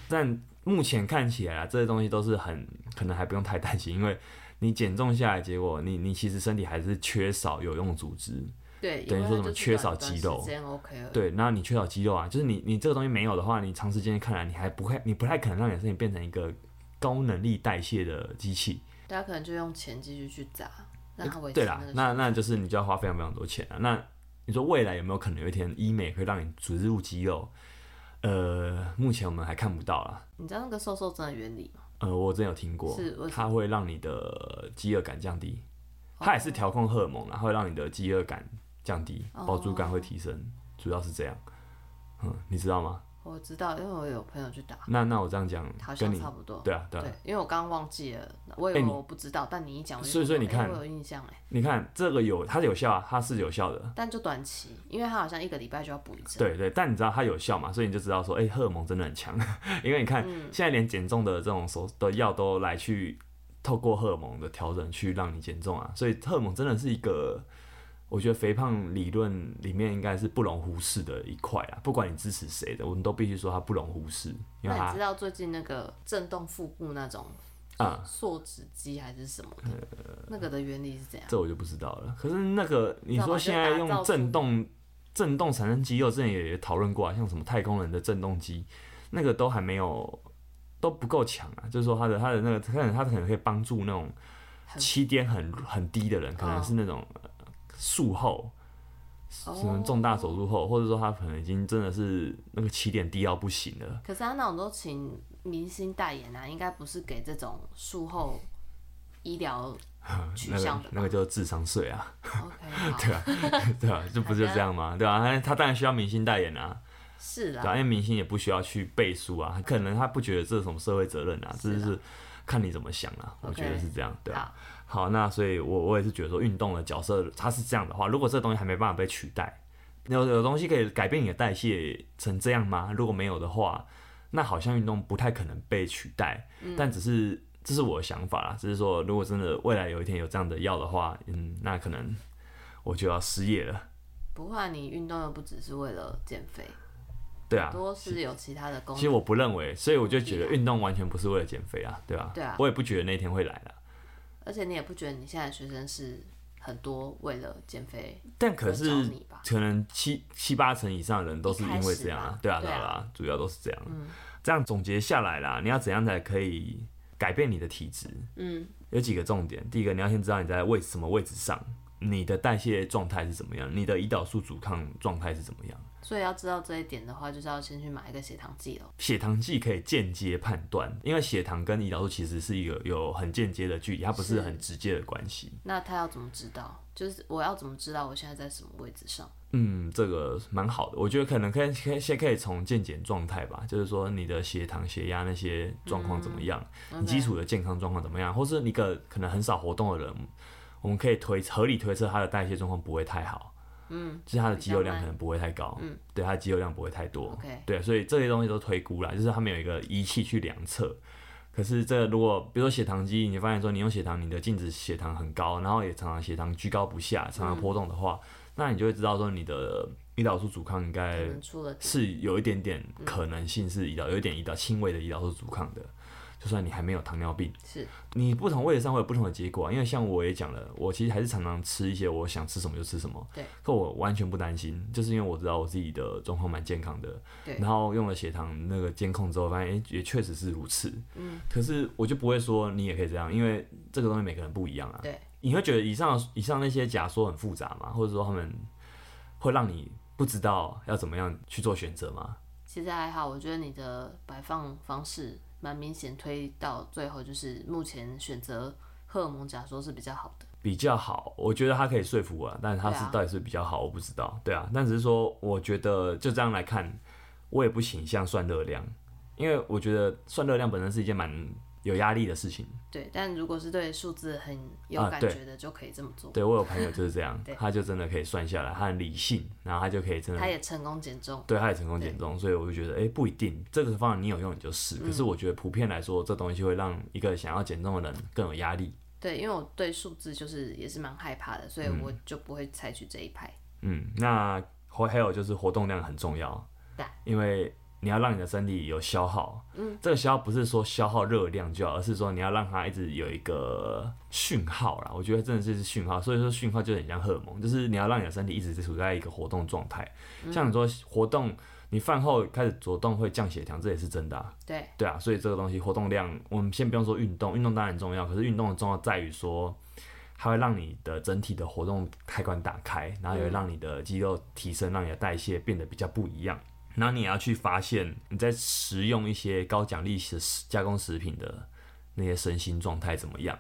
S1: 但目前看起来啊，这些东西都是很可能还不用太担心，因为你减重下来，结果你你其实身体还是缺少有用组织，
S2: 对，
S1: 等于说
S2: 因为它
S1: 什么
S2: 就是
S1: 缺
S2: 短
S1: 少
S2: 短
S1: 肌
S2: 时
S1: 肉
S2: 间 OK 了。
S1: 对，那你缺少肌肉啊，就是你你这个东西没有的话，你长时间看来你还不会，你不太可能让你的身体变成一个高能力代谢的机器。
S2: 大家可能就用钱继续去砸，让它维持
S1: 对
S2: 那
S1: 啦
S2: 个，
S1: 那那就是你就要花非常非常多钱啊。那你说未来有没有可能有一天医美可以让你植入肌肉？呃，目前我们还看不到啦。
S2: 你知道那个瘦瘦针的原理吗？
S1: 呃，我真有听过
S2: 是为哦什么，
S1: 它会让你的饥饿感降低，它也是调控荷尔蒙啦，它会让你的饥饿感降低，
S2: 哦
S1: 饱足感会提升，主要是这样。嗯，你知道吗？
S2: 我知道，因为我有朋友去打，
S1: 那那我这样讲
S2: 好，
S1: 跟
S2: 像
S1: 你
S2: 差不多。
S1: 对啊，对啊
S2: 哦对，因为我刚刚忘记了，我以
S1: 哎
S2: 为
S1: 你
S2: 我不知道，但你一讲，我就
S1: 所以
S2: 想
S1: 所以
S2: 说
S1: 你
S2: 哎
S1: 看
S2: 我有印象哎，
S1: 你看这个有它是有效啊，它是有效的，
S2: 但就短期，因为它好像一个礼拜就要补一针。
S1: 对对。但你知道它有效嘛？所以你就知道说，哎、荷尔蒙真的很强， 因为你看、
S2: 嗯
S1: 现在连减重的这种手的药都来去透过荷尔蒙的调整去让你减重啊，所以荷尔蒙真的是一个。我觉得肥胖理论里面应该是不容忽视的一块啊，不管你支持谁的，我们都必须说它不容忽视，因为
S2: 那你
S1: 它
S2: 知道最近那个震动腹部那种
S1: 啊、
S2: 塑脂机还是什么的，那个的原理是怎样？
S1: 这我就不知道了。可是那个你
S2: 知道
S1: 说
S2: 吧
S1: 现在
S2: 就打
S1: 用
S2: 造出
S1: 震动震动产生肌肉，之前也也讨论过啊，像什么太空人的震动机，那个都还没有都不够强啊。就是说它的它的那个，可能它可能可以帮助那种
S2: 很
S1: 起点很很低的人，可能是那种呃术后。
S2: 哦
S1: 可能重大手术后，或者说他可能已经真的是那个起点低到不行了。
S2: 可是他那种都请明星代言啊，应该不是给这种术后医疗 取
S1: 那个
S2: 向的吧。
S1: 那个就是智商税啊，
S2: OK，好，
S1: 对啊，对啊，这不就这样吗？对啊，他他当然需要明星代言啊，
S2: 是
S1: 对、啊，
S2: 啦，
S1: 因为明星也不需要去背书啊， 可能他不觉得这是什么社会责任啊，
S2: 是
S1: 这
S2: 啊
S1: 就是看你怎么想啊。我
S2: OK
S1: 觉得是这样，对啊。好，那所以我，我也是觉得说，运动的角色它是这样的话，如果这东西还没办法被取代，有有东西可以改变你的代谢成这样吗？如果没有的话，那好像运动不太可能被取代，但只是。这是我的想法啦，只是说，如果真的未来有一天有这样的药的话，嗯，那可能我就要失业了，
S2: 不过你运动又不只是为了减肥，
S1: 对啊，
S2: 多是有其他的功
S1: 其实
S2: 能。
S1: 我不认为，所以我就觉得运动完全不是为了减肥啊，对吧、
S2: 啊对啊
S1: 我也不觉得那天会来啦。
S2: 而且你也不觉得你现在学生是很多为了减肥
S1: 但可
S2: 来找
S1: 是
S2: 你吧
S1: 可能七七八成以上的人都是因为这样
S2: 一开始
S1: 啊
S2: 吧，
S1: 对啊，
S2: 对
S1: 对
S2: 啊嗯
S1: 啊，主要都是这样。这样总结下来啦，你要怎样才可以改变你的体质？
S2: 嗯，
S1: 有几个重点。第一个，你要先知道你在位什么位置上，你的代谢状态是怎么样，你的胰岛素阻抗状态是怎么样。
S2: 所以要知道这一点的话，就是要先去买一个血糖计咯。
S1: 血糖计可以间接判断，因为血糖跟胰岛素其实是一个有很间接的距离，它不是
S2: 是
S1: 很直接的关系。
S2: 那他要怎么知道？就是我要怎么知道我现在在什么位置上？
S1: 嗯，这个蛮好的，我觉得可能可以可以先可以从健检状态吧，就是说你的血糖、血压那些状况
S2: 嗯
S1: 怎么样，你基础的健康状况怎么样，或是一个可能很少活动的人，我们可以推合理推测他的代谢状况不会太好，
S2: 嗯
S1: 就是他的
S2: 比
S1: 肌
S2: 较
S1: 肉量
S2: 慢
S1: 可能不会太高，
S2: 嗯哦
S1: 对，他的肌肉量不会太多，
S2: ，OK，
S1: 对，所以这些东西都推估啦，就是他们有一个仪器去量测。可是这如果比如说血糖机，你发现说你用血糖，你的静止血糖很高，然后也常常血糖居高不下，常常波动的话，那你就会知道说你的胰岛素阻抗应
S2: 可
S1: 该
S2: 能出了
S1: 是有一点点可能性是胰岛有一点胰岛轻微的胰岛素阻抗的。就算你还没有糖尿病，
S2: 是
S1: 你不同位置上会有不同的结果、啊。因为像我也讲了，我其实还是常常吃一些我想吃什么就吃什么，
S2: 对，
S1: 可我完全不担心，就是因为我知道我自己的状况蛮健康的，
S2: 对
S1: 然后用了血糖那个监控之后，发现、诶也确实是如此。
S2: 嗯，
S1: 可是我就不会说你也可以这样，因为这个东西每个人不一样啊。
S2: 对，
S1: 你会觉得以上以上那些假说很复杂吗？或者说他们会让你不知道要怎么样去做选择吗？
S2: 其实还好，我觉得你的摆放方式蛮明显，推到最后就是目前选择荷尔蒙假说是比较好的。
S1: 比较好，我觉得他可以说服我啊，但是他是
S2: 对啊
S1: 到底是比较好，我不知道。对啊，但只是说，我觉得就这样来看，我也不倾向算热量，因为我觉得算热量本身是一件蛮有压力的事情。
S2: 对，但如果是对数字很有
S1: 啊
S2: 感
S1: 对
S2: 觉的，就可以这么做。
S1: 对我有朋友就是这样
S2: 对，
S1: 他就真的可以算下来，他很理性，然后他就可以真的
S2: 他也成功减重，
S1: 对，它也成功减重，所以我就觉得，哎、不一定这个方法你有用你就试。可是我觉得普遍来说，这东西会让一个想要减重的人更有压力。
S2: 对，因为我对数字就是也是蛮害怕的，所以我就不会采取这一派。
S1: 嗯，那活还有就是活动量很重要
S2: 对，
S1: 因为你要让你的身体有消耗。嗯，这个消耗不是说消耗热量就好，而是说你要让它一直有一个讯号啦。我觉得真的就是讯号，所以说讯号就很像荷尔蒙，就是你要让你的身体一直是处在一个活动状态。像你说活动，你饭后开始着重会降血糖，这也是真的啊、
S2: 对，
S1: 对啊，所以这个东西活动量，我们先不用说运动，运动当然重要，可是运动的重要在于说，它会让你的整体的活动开关打开，然后也会让你的肌肉提升，让你的代谢变得比较不一样。然后你也要去发现你在食用一些高奖励食加工食品的那些身心状态怎么样。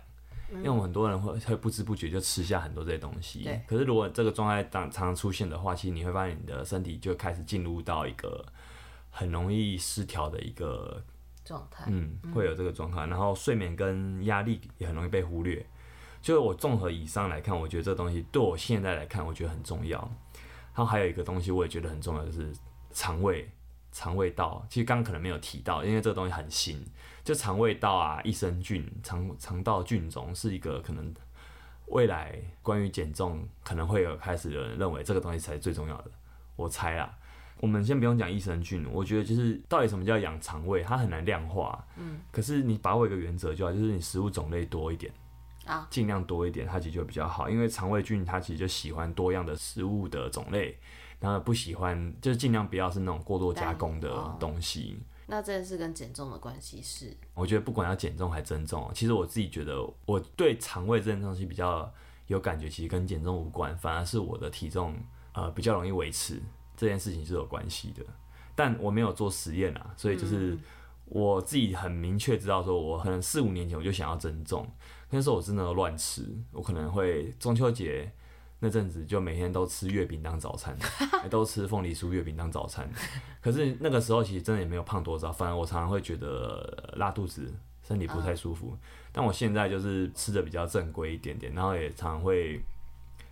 S1: 因为我们很多人会会不知不觉就吃下很多这些东西
S2: 对，
S1: 可是如果这个状态常常常出现的话，其实你会发现你的身体就开始进入到一个很容易失调的一个
S2: 状态，
S1: 嗯，会有这个状况。然后睡眠跟压力也很容易被忽略。就是我综合以上来看，我觉得这东西对我现在来看，我觉得很重要。然后还有一个东西我也觉得很重要，就是肠胃肠胃道。其实刚刚可能没有提到，因为这个东西很新。就肠胃道啊，益生菌、肠肠道菌种是一个可能未来关于减重可能会有开始有人认为这个东西才是最重要的。我猜啦，我们先不用讲益生菌，我觉得就是到底什么叫养肠胃，它很难量化。嗯，可是你把握一个原则就好，就是你食物种类多一点
S2: 啊，
S1: 尽量多一点，它其实就比较好，因为肠胃菌它其实就喜欢多样的食物的种类，然后不喜欢就是尽量不要是那种过度加工的
S2: 单一哦
S1: 东西。
S2: 那这件事跟减重的关系是，
S1: 我觉得不管要减重还增重，哦其实我自己觉得我对肠胃这件东西比较有感觉，其实跟减重无关，反而是我的体重呃比较容易维持这件事情是有关系的。但我没有做实验啊，所以就是我自己很明确知道说，我可能四五年前我就想要增重，那时候我真的乱吃，我可能会中秋节。那阵子就每天都吃月饼当早餐，都吃凤梨酥月饼当早餐，可是那个时候其实真的也没有胖多少，反而我常常会觉得呃拉肚子，身体不太舒服。但我现在就是吃的比较正规一点点，然后也常会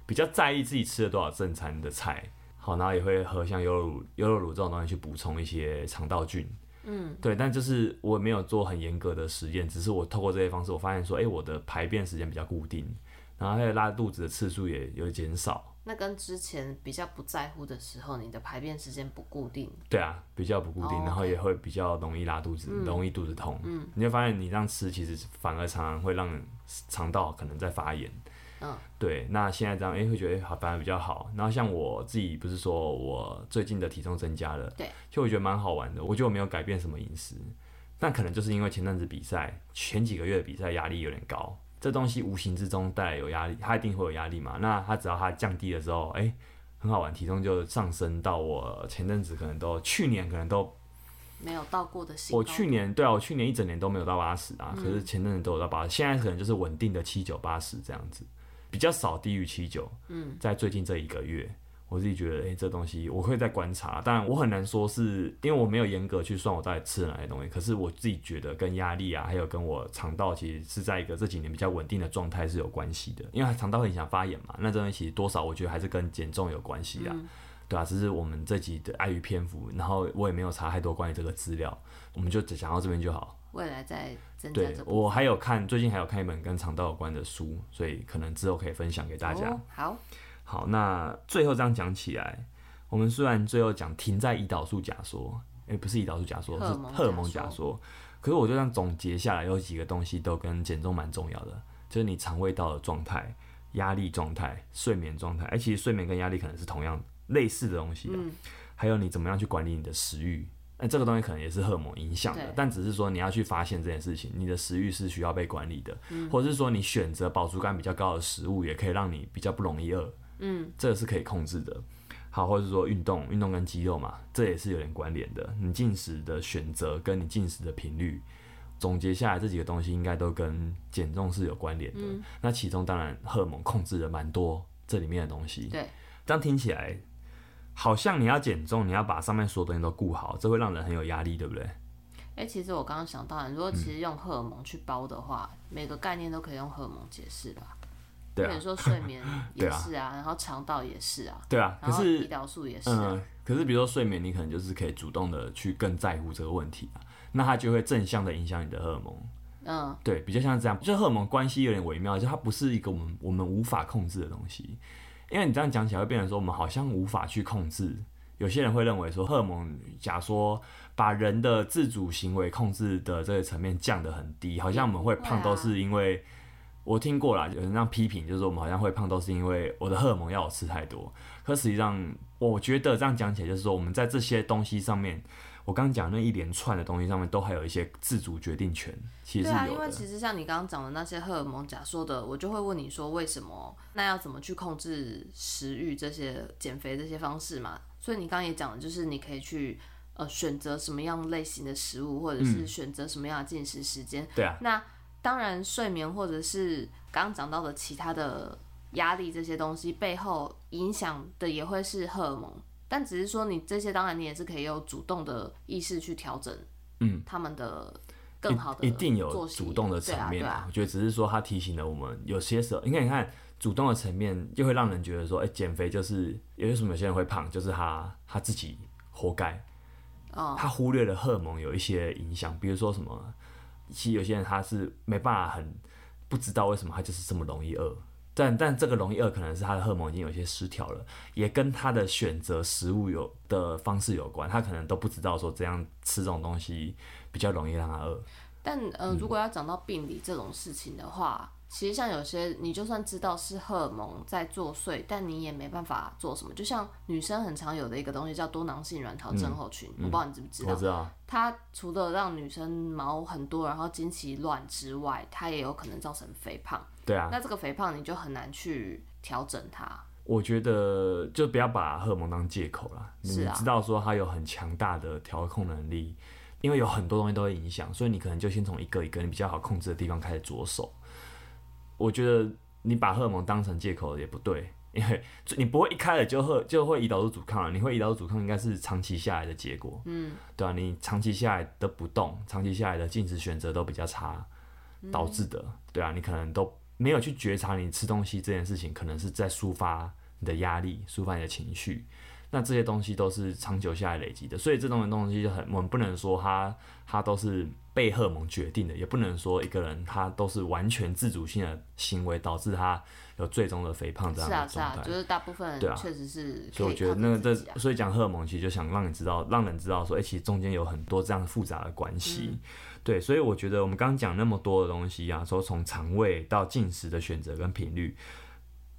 S1: 比较在意自己吃了多少正餐的菜，好，然后也会喝像优酪乳、优酪乳这种东西去补充一些肠道菌。嗯，对，但就是我没有做很严格的实验，只是我透过这些方式，我发现说，哎、我的排便时间比较固定，然后还有拉肚子的次数也有减少。
S2: 那跟之前比较不在乎的时候，你的排便时间不固定，
S1: 对啊，比较不固定，
S2: 哦
S1: 然后
S2: OK
S1: 也会比较容易拉肚子，容易肚子痛。嗯，你就发现你这样吃，其实反而常常会让肠道可能在发炎。
S2: 嗯，
S1: 对。那现在这样，哎、会觉得好，反而比较好。然后像我自己，不是说我最近的体重增加了，
S2: 对，
S1: 就我觉得蛮好玩的。我觉得我没有改变什么饮食，但可能就是因为前阵子比赛，前几个月的比赛压力有点高。这东西无形之中带来有压力，它一定会有压力嘛。那它只要它降低的时候，哎、很好玩，体重就上升到我前阵子可能都去年可能都
S2: 没有到过的新高
S1: 我去年对啊，我去年一整年都没有到八十啊，可是前阵子都有到八十，现在可能就是稳定的七九八十这样子，比较少低于七九。嗯，在最近这一个月，我自己觉得，哎、这东西我会在观察，但我很难说是因为我没有严格去算我到底吃了哪些东西，可是我自己觉得跟压力啊，还有跟我肠道其实是在一个这几年比较稳定的状态是有关系的，因为肠道会影响发炎嘛，那这东西其实多少我觉得还是跟减重有关系啦。对啊，只是我们这集的碍于篇幅，然后我也没有查太多关于这个资料，我们就只讲到这边就好。
S2: 未来再增加
S1: 对
S2: 这部
S1: 我还有看，最近还有看一本跟肠道有关的书，所以可能之后可以分享给大家。
S2: 哦好，
S1: 好，那最后这样讲起来，我们虽然最后讲停在胰岛素假说，诶、不是胰岛素假说，
S2: 荷
S1: 是
S2: 尔蒙
S1: 荷尔蒙
S2: 假
S1: 假
S2: 说
S1: 说，可是我就这样总结下来，有几个东西都跟减重蛮重要的，就是你肠胃道的状态、压力状态、睡眠状态，哎、其实睡眠跟压力可能是同样类似的东西、啊，
S2: 嗯
S1: 还有你怎么样去管理你的食欲。那、这个东西可能也是荷尔蒙影响的
S2: 对，
S1: 但只是说你要去发现这件事情，你的食欲是需要被管理的，
S2: 嗯
S1: 或者是说你选择饱足感比较高的食物，也可以让你比较不容易饿。
S2: 嗯
S1: 这个是可以控制的。好，或者是说运动，运动跟肌肉嘛，这也是有点关联的。你进食的选择跟你进食的频率，总结下来这几个东西应该都跟减重是有关联的。
S2: 嗯
S1: 那其中当然荷尔蒙控制了蛮多这里面的东西。
S2: 对，
S1: 这样听起来好像你要减重，你要把上面所有东西都顾好，这会让人很有压力，对不对？
S2: 哎、其实我刚刚想到，啊如果其实用荷尔蒙去包的话，每个概念都可以用荷尔蒙解释吧。
S1: 对
S2: 比
S1: 啊
S2: 如，说睡眠也
S1: 对啊
S2: 是啊，然后肠道也是啊，
S1: 对啊。可
S2: 然后
S1: 是
S2: 胰岛素也是啊。
S1: 嗯，可是比如说睡眠，你可能就是可以主动的去更在乎这个问题啊，那它就会正向的影响你的荷尔蒙。
S2: 嗯，
S1: 对，比较像这样，就荷尔蒙关系有点微妙，就它不是一个我们我们无法控制的东西，因为你这样讲起来会变成说我们好像无法去控制。有些人会认为说，荷尔蒙假说把人的自主行为控制的这个层面降得很低，好像我们会胖
S2: 不会
S1: 都
S2: 啊
S1: 是因为、我听过啦，有人让批评，就是说我们好像会胖都是因为我的荷尔蒙要我吃太多，可实际上我觉得这样讲起来就是说我们在这些东西上面。我刚讲那一连串的东西上面都还有一些自主决定权，其实
S2: 对
S1: 是有的。
S2: 啊，因为其实像你刚刚讲的那些荷尔蒙假说的，我就会问你说为什么？那要怎么去控制食欲这些、减肥这些方式嘛？所以你刚刚也讲的就是你可以去呃选择什么样类型的食物，或者是
S1: 嗯
S2: 选择什么样的进食时间。
S1: 对啊，
S2: 那当然，睡眠或者是刚刚讲到的其他的压力这些东西背后影响的也会是荷尔蒙，但只是说你这些当然你也是可以有主动的意识去调整，
S1: 嗯，
S2: 他们的更好的
S1: 一一定
S2: 作
S1: 有
S2: 息
S1: 主动的层面
S2: 对啊，
S1: 我觉得只是说它提醒了我们，有些时候，你看你看主动的层面，就会让人觉得说，哎、减肥就是有为什么有些人会胖，就是他他自己活该，
S2: 对啊，哦，
S1: 他忽略了荷尔蒙有一些影响，比如说什么，其实有些人他是没办法很不知道为什么他就是这么容易饿，但但这个容易饿可能是他的荷尔蒙已经有些失调了，也跟他的选择食物有的方式有关，他可能都不知道说这样吃这种东西比较容易让他饿。
S2: 但呃，
S1: 嗯
S2: 如果要讲到病理这种事情的话，其实像有些你就算知道是荷尔蒙在作祟，但你也没办法做什么。就像女生很常有的一个东西叫多囊性卵巢症候群，我不知道你知不知道
S1: 嗯我。知道，
S2: 它除了让女生毛很多，然后经期乱之外，它也有可能造成肥胖。
S1: 对啊，
S2: 那这个肥胖你就很难去调整它。
S1: 我觉得就不要把荷尔蒙当借口啦。
S2: 是啊
S1: 你知道说它有很强大的调控能力，因为有很多东西都会影响，所以你可能就先从一个一个你比较好控制的地方开始着手。我觉得你把荷尔蒙当成借口也不对，因为你不会一开始就荷就会胰岛素阻抗了，你会胰岛素阻抗应该是长期下来的结果。嗯，对啊，你长期下来的不动，长期下来的进食选择都比较差导致的，对啊，你可能都没有去觉察你吃东西这件事情，可能是在抒发你的压力，抒发你的情绪。那这些东西都是长久下来累积的，所以这种东西就很，我们不能说它它都是被荷尔蒙决定的，也不能说一个人他都是完全自主性的行为导致他有最终的肥胖这样
S2: 是
S1: 的
S2: 啊是
S1: 状态。
S2: 啊，就是大部分
S1: 对啊
S2: 确实是可
S1: 所以我觉得
S2: 靠
S1: 那个
S2: 自
S1: 这，
S2: 己啊
S1: 所以讲荷尔蒙其实就想让你知道，让人知道说，哎、其实中间有很多这样复杂的关系。
S2: 嗯
S1: 对，所以我觉得我们刚刚讲那么多的东西啊，说从肠胃到进食的选择跟频率，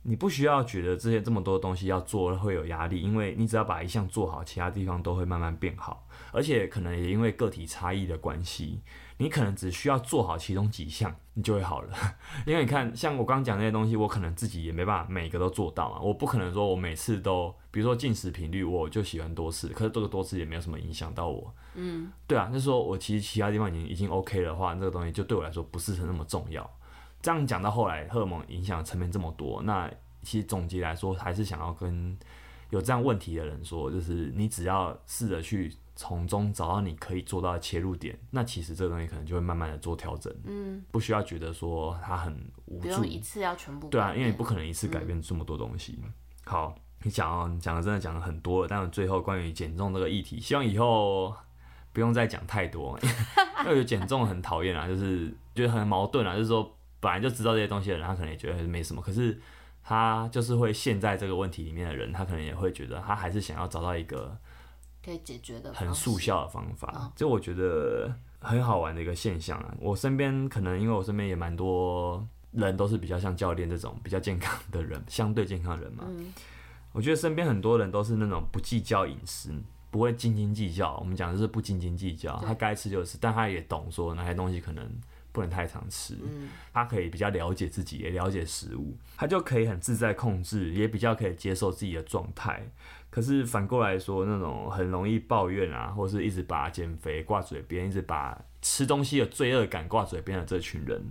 S1: 你不需要觉得这些这么多东西要做会有压力，因为你只要把一项做好，其他地方都会慢慢变好。而且可能也因为个体差异的关系，你可能只需要做好其中几项，你就会好了。因为你看，像我刚刚讲那些东西，我可能自己也没办法每个都做到嘛，我不可能说我每次都，比如说进食频率，我就喜欢多次，可是这个多次也没有什么影响到我。嗯，对啊，就是说我其实其他地方已经已经 OK 的话，这个东西就对我来说不是那么重要。这样讲到后来，荷尔蒙影响层面这么多，那其实总结来说，还是想要跟有这样问题的人说，就是你只要试着去从中找到你可以做到的切入点，那其实这个东西可能就会慢慢的做调整。
S2: 嗯，
S1: 不需要觉得说他很无
S2: 不
S1: 助
S2: 用，一次要全部
S1: 对啊，
S2: 改
S1: 因为你
S2: 变
S1: 不可能一次改变这么多东西。好，你讲哦，你讲的真的讲了很多了，但最后关于减重这个议题，希望以后不用再讲太多，因为我觉得减重很讨厌啊，就是觉得很矛盾啊，就是说本来就知道这些东西的人，他可能也觉得没什么，可是他就是会陷在这个问题里面的人，他可能也会觉得他还是想要找到一个
S2: 可以解决的
S1: 很
S2: 方式
S1: 速效的方
S2: 嗯
S1: 法，就我觉得很好玩的一个现象啊。我身边可能因为我身边也蛮多人都是比较像教练这种比较健康的人，相对健康的人
S2: 嗯
S1: 嘛。我觉得身边很多人都是那种不计较饮食，不会斤斤计较。我们讲的是不斤斤计较，
S2: 对
S1: 他该吃就吃，但他也懂说哪些东西可能不能太常吃。
S2: 嗯
S1: 他可以比较了解自己，也了解食物，他就可以很自在控制，也比较可以接受自己的状态。可是反过来说，那种很容易抱怨啊，或是一直把减肥挂嘴边，一直把吃东西的罪恶感挂嘴边的这群人，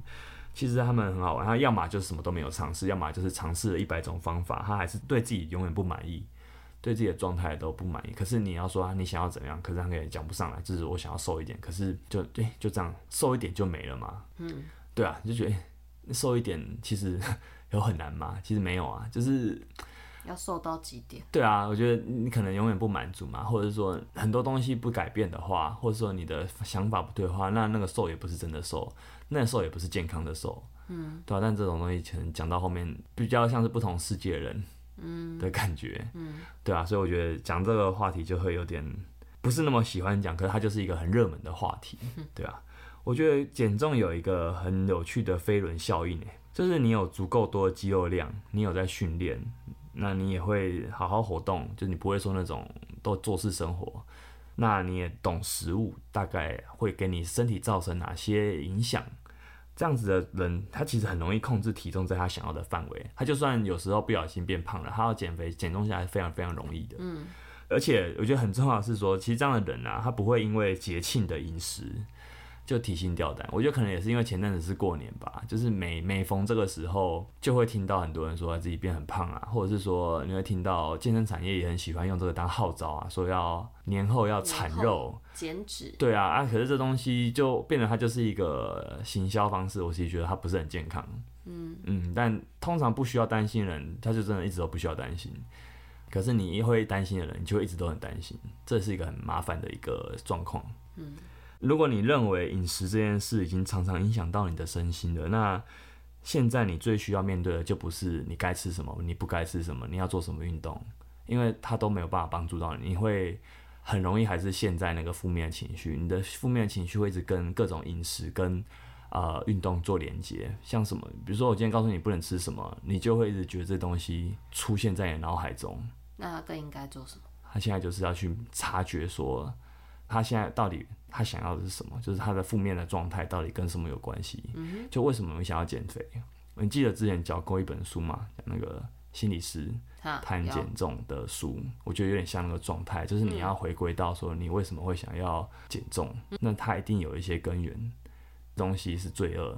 S1: 其实他们很好玩。他要么就是什么都没有尝试，要么就是尝试了一百种方法，他还是对自己永远不满意。对自己的状态都不满意。可是你要说、啊、你想要怎么样，可是他也讲不上来，就是我想要瘦一点，可是就对、就这样瘦一点就没了嘛。
S2: 嗯，
S1: 对啊，你就觉得诶瘦一点其实 有很难吗？其实没有啊，就是
S2: 要瘦到几点？
S1: 对啊，我觉得你可能永远不满足嘛，或者是说很多东西不改变的话，或者说你的想法不对的话，那那个瘦也不是真的瘦，那瘦也不是健康的瘦，
S2: 嗯
S1: 对啊。但这种东西可能讲到后面，比较像是不同世界的人
S2: 嗯
S1: 的感觉，
S2: 嗯，
S1: 对啊。所以我觉得讲这个话题就会有点不是那么喜欢讲，可是它就是一个很热门的话题，
S2: 嗯
S1: 对啊。我觉得减重有一个很有趣的飞轮效应，诶，欸就是你有足够多的肌肉量，你有在训练，那你也会好好活动，就你不会说那种都坐式生活，那你也懂食物大概会给你身体造成哪些影响。这样子的人，他其实很容易控制体重在他想要的范围。他就算有时候不小心变胖了，他要减肥减重下来是非常非常容易的。
S2: 嗯，
S1: 而且我觉得很重要的是说，其实这样的人啊，他不会因为节庆的饮食就提心吊胆。我觉得可能也是因为前阵子是过年吧，就是每每逢这个时候，就会听到很多人说自己变很胖啊，或者是说你会听到健身产业也很喜欢用这个当号召啊，说要年后要产
S2: 年
S1: 肉
S2: 后，减脂，
S1: 对啊，啊，可是这东西就变得它就是一个行销方式，我其实觉得它不是很健康。
S2: 嗯
S1: 嗯，但通常不需要担心的人，他就真的一直都不需要担心。可是你一会担心的人，你就会一直都很担心，这是一个很麻烦的一个状况。
S2: 嗯，
S1: 如果你认为饮食这件事已经常常影响到你的身心了，那现在你最需要面对的就不是你该吃什么，你不该吃什么，你要做什么运动，因为它都没有办法帮助到你，你会很容易还是陷在那个负面的情绪，你的负面的情绪会一直跟各种饮食跟呃运动做连接，像什么，比如说我今天告诉你不能吃什么，你就会一直觉得这东西出现在你的脑海中。
S2: 那更应该做什么？
S1: 他现在就是要去察觉说，他现在到底他想要的是什么，就是他的负面的状态到底跟什么有关系？
S2: 嗯
S1: 就为什么你想要减肥？你记得之前教过一本书嘛，讲那个心理师
S2: 哼，哈，
S1: 谈
S2: 有
S1: 减重的书，我觉得有点像那个状态，就是你要回归到说你为什么会想要减重，那它一定有一些根源，东西是罪恶。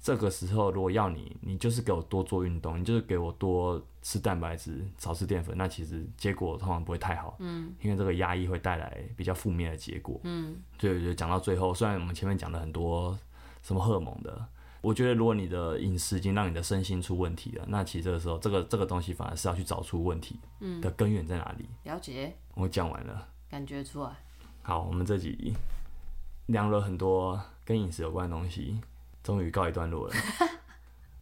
S1: 这个时候如果要你，你就是给我多做运动，你就是给我多吃蛋白质，少吃淀粉，那其实结果通常不会太好，
S2: 嗯
S1: 因为这个压抑会带来比较负面的结果。
S2: 嗯
S1: 所以我觉得讲到最后，虽然我们前面讲了很多什么荷尔蒙的，我觉得如果你的饮食已经让你的身心出问题了，那其实这个时候，这个这个东西反而是要去找出问题的
S2: 嗯，
S1: 根源在哪里。
S2: 了解，
S1: 我讲完了，
S2: 感觉出来，
S1: 好，我们这集聊了很多跟饮食有关的东西，终于告一段落了。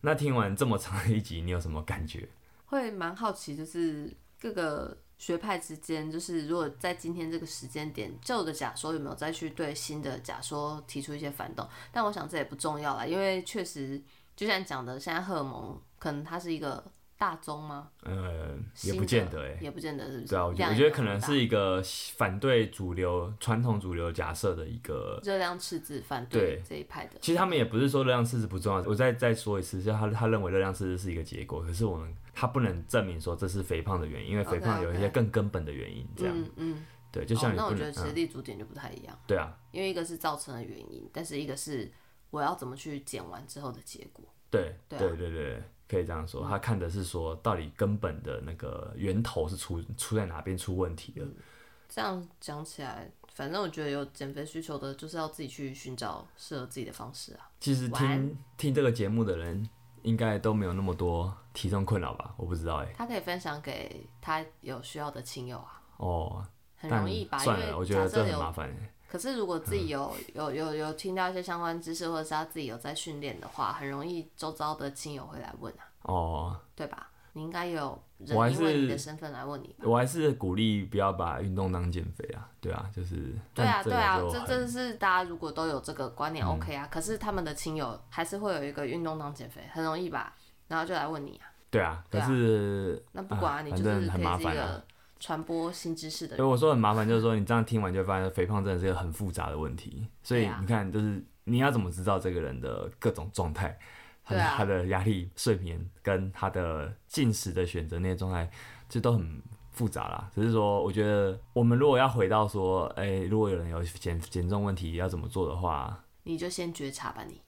S1: 那听完这么长的一集，你有什么感觉？
S2: 会蛮好奇，就是各个。学派之间，就是如果在今天这个时间点，旧的假说有没有再去对新的假说提出一些反动？但我想这也不重要啦，因为确实就像你讲的，现在荷尔蒙可能它是一个大宗吗？
S1: 呃，也
S2: 新
S1: 不
S2: 的
S1: 见得哎、
S2: 也不见得是不是？
S1: 对啊，我觉得
S2: 量
S1: 我觉
S2: 也
S1: 得可
S2: 没有
S1: 能
S2: 很大
S1: 是一个反对主流传统主流假设的一个
S2: 热量赤字反
S1: 对
S2: 对这一派的，
S1: 其实他们也不是说热量赤字不重要，我再再说一次，就他他认为热量赤字是一个结果，可是我们他不能证明说这是肥胖的原因，因为肥胖
S2: OK，OK
S1: 有一些更根本的原因，这样
S2: 嗯嗯，
S1: 对，就像
S2: 哦、
S1: 你
S2: 那
S1: 不
S2: 我觉
S1: 能、
S2: 得其实
S1: 嗯、
S2: 立足点就不太一样，
S1: 对啊，
S2: 因为一个是造成的原因，但是一个是我要怎么去减完之后的结果。
S1: 对
S2: 对啊
S1: 对对对，可以这样说，他看的是说到底根本的那个源头是出出在哪边出问题了，
S2: 这样讲起来，反正我觉得有减肥需求的，就是要自己去寻找适合自己的方式啊。
S1: 其实
S2: 晚
S1: 听
S2: 安
S1: 听这个节目的人应该都没有那么多体重困扰吧，我不知道哎、
S2: 他可以分享给他有需要的亲友啊，
S1: 哦，
S2: 很
S1: 但
S2: 容易吧？因
S1: 算了，我
S2: 为
S1: 觉得
S2: 假
S1: 这
S2: 设
S1: 很
S2: 有
S1: 麻烦欸、
S2: 可是如果自己有、有有有听到一些相关知识，或者是他自己有在训练的话，很容易周遭的亲友会来问啊，
S1: 哦。
S2: 对吧？你应该有
S1: 我还
S2: 人因为
S1: 是
S2: 你的身份来问你吧。
S1: 我还是鼓励不要把运动当减肥啊，对啊，就是
S2: 对啊，
S1: 但这
S2: 对
S1: 个
S2: 啊
S1: 就，嗯
S2: 这
S1: 很
S2: 这是大家如果都有这个观念，OK 啊。可是他们的亲友还是会有一个运动当减肥，很容易吧？然后就来问你啊。
S1: 对啊，可
S2: 对啊
S1: 是
S2: 那不管啊，你就
S1: 反
S2: 是
S1: 正
S2: 可
S1: 很
S2: 以
S1: 麻
S2: 是一
S1: 烦啊
S2: 个传播新知识的
S1: 所
S2: 人。
S1: 以我说很麻烦，就是说你这样听完就会发现肥胖真的是一个很复杂的问题，所以
S2: 对啊
S1: 你看，就是你要怎么知道这个人的各种状态，他的、
S2: 对啊
S1: 他的压力、睡眠跟他的进食的选择那些状态，这都很复杂啦。只是说，我觉得我们如果要回到说，哎、如果有人有减减重问题要怎么做的话，
S2: 你就先觉察吧，你。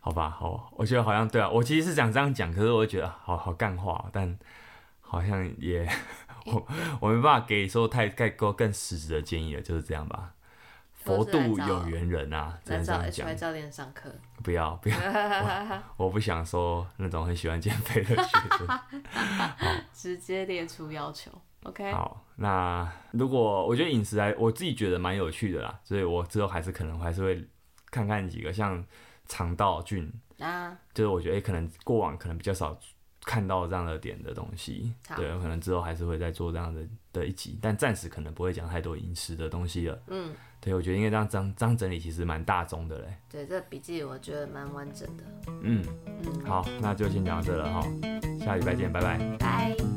S1: 好吧，好，我觉得好像对啊，我其实是想这样讲，可是我会觉得好好干话哦，但好像也 我我没办法给说太太多更实质的建议了，就是这样吧。佛
S2: 都是来
S1: 度
S2: 找
S1: 有缘人啊，只
S2: 来
S1: 能这
S2: 找
S1: 样
S2: H
S1: 讲
S2: Y。教练上课，
S1: 不要不要我，我不想说那种很喜欢减肥的学生。
S2: 直接列出要求。OK，
S1: 好，那如果我觉得饮食还我自己觉得蛮有趣的啦，所以我之后还是可能还是会看看几个像肠道菌，
S2: 那
S1: 就是我觉得哎诶可能过往可能比较少看到这样的点的东西，
S2: 好
S1: 对，可能之后还是会再做这样的的一集，但暂时可能不会讲太多饮食的东西了。
S2: 嗯，
S1: 对，我觉得因为这样这样这样整理其实蛮大众的嘞。
S2: 对，这笔记我觉得蛮完整的。
S1: 嗯，
S2: 嗯，
S1: 好，那就先讲到这了哈，下礼拜见，拜拜。
S2: 拜。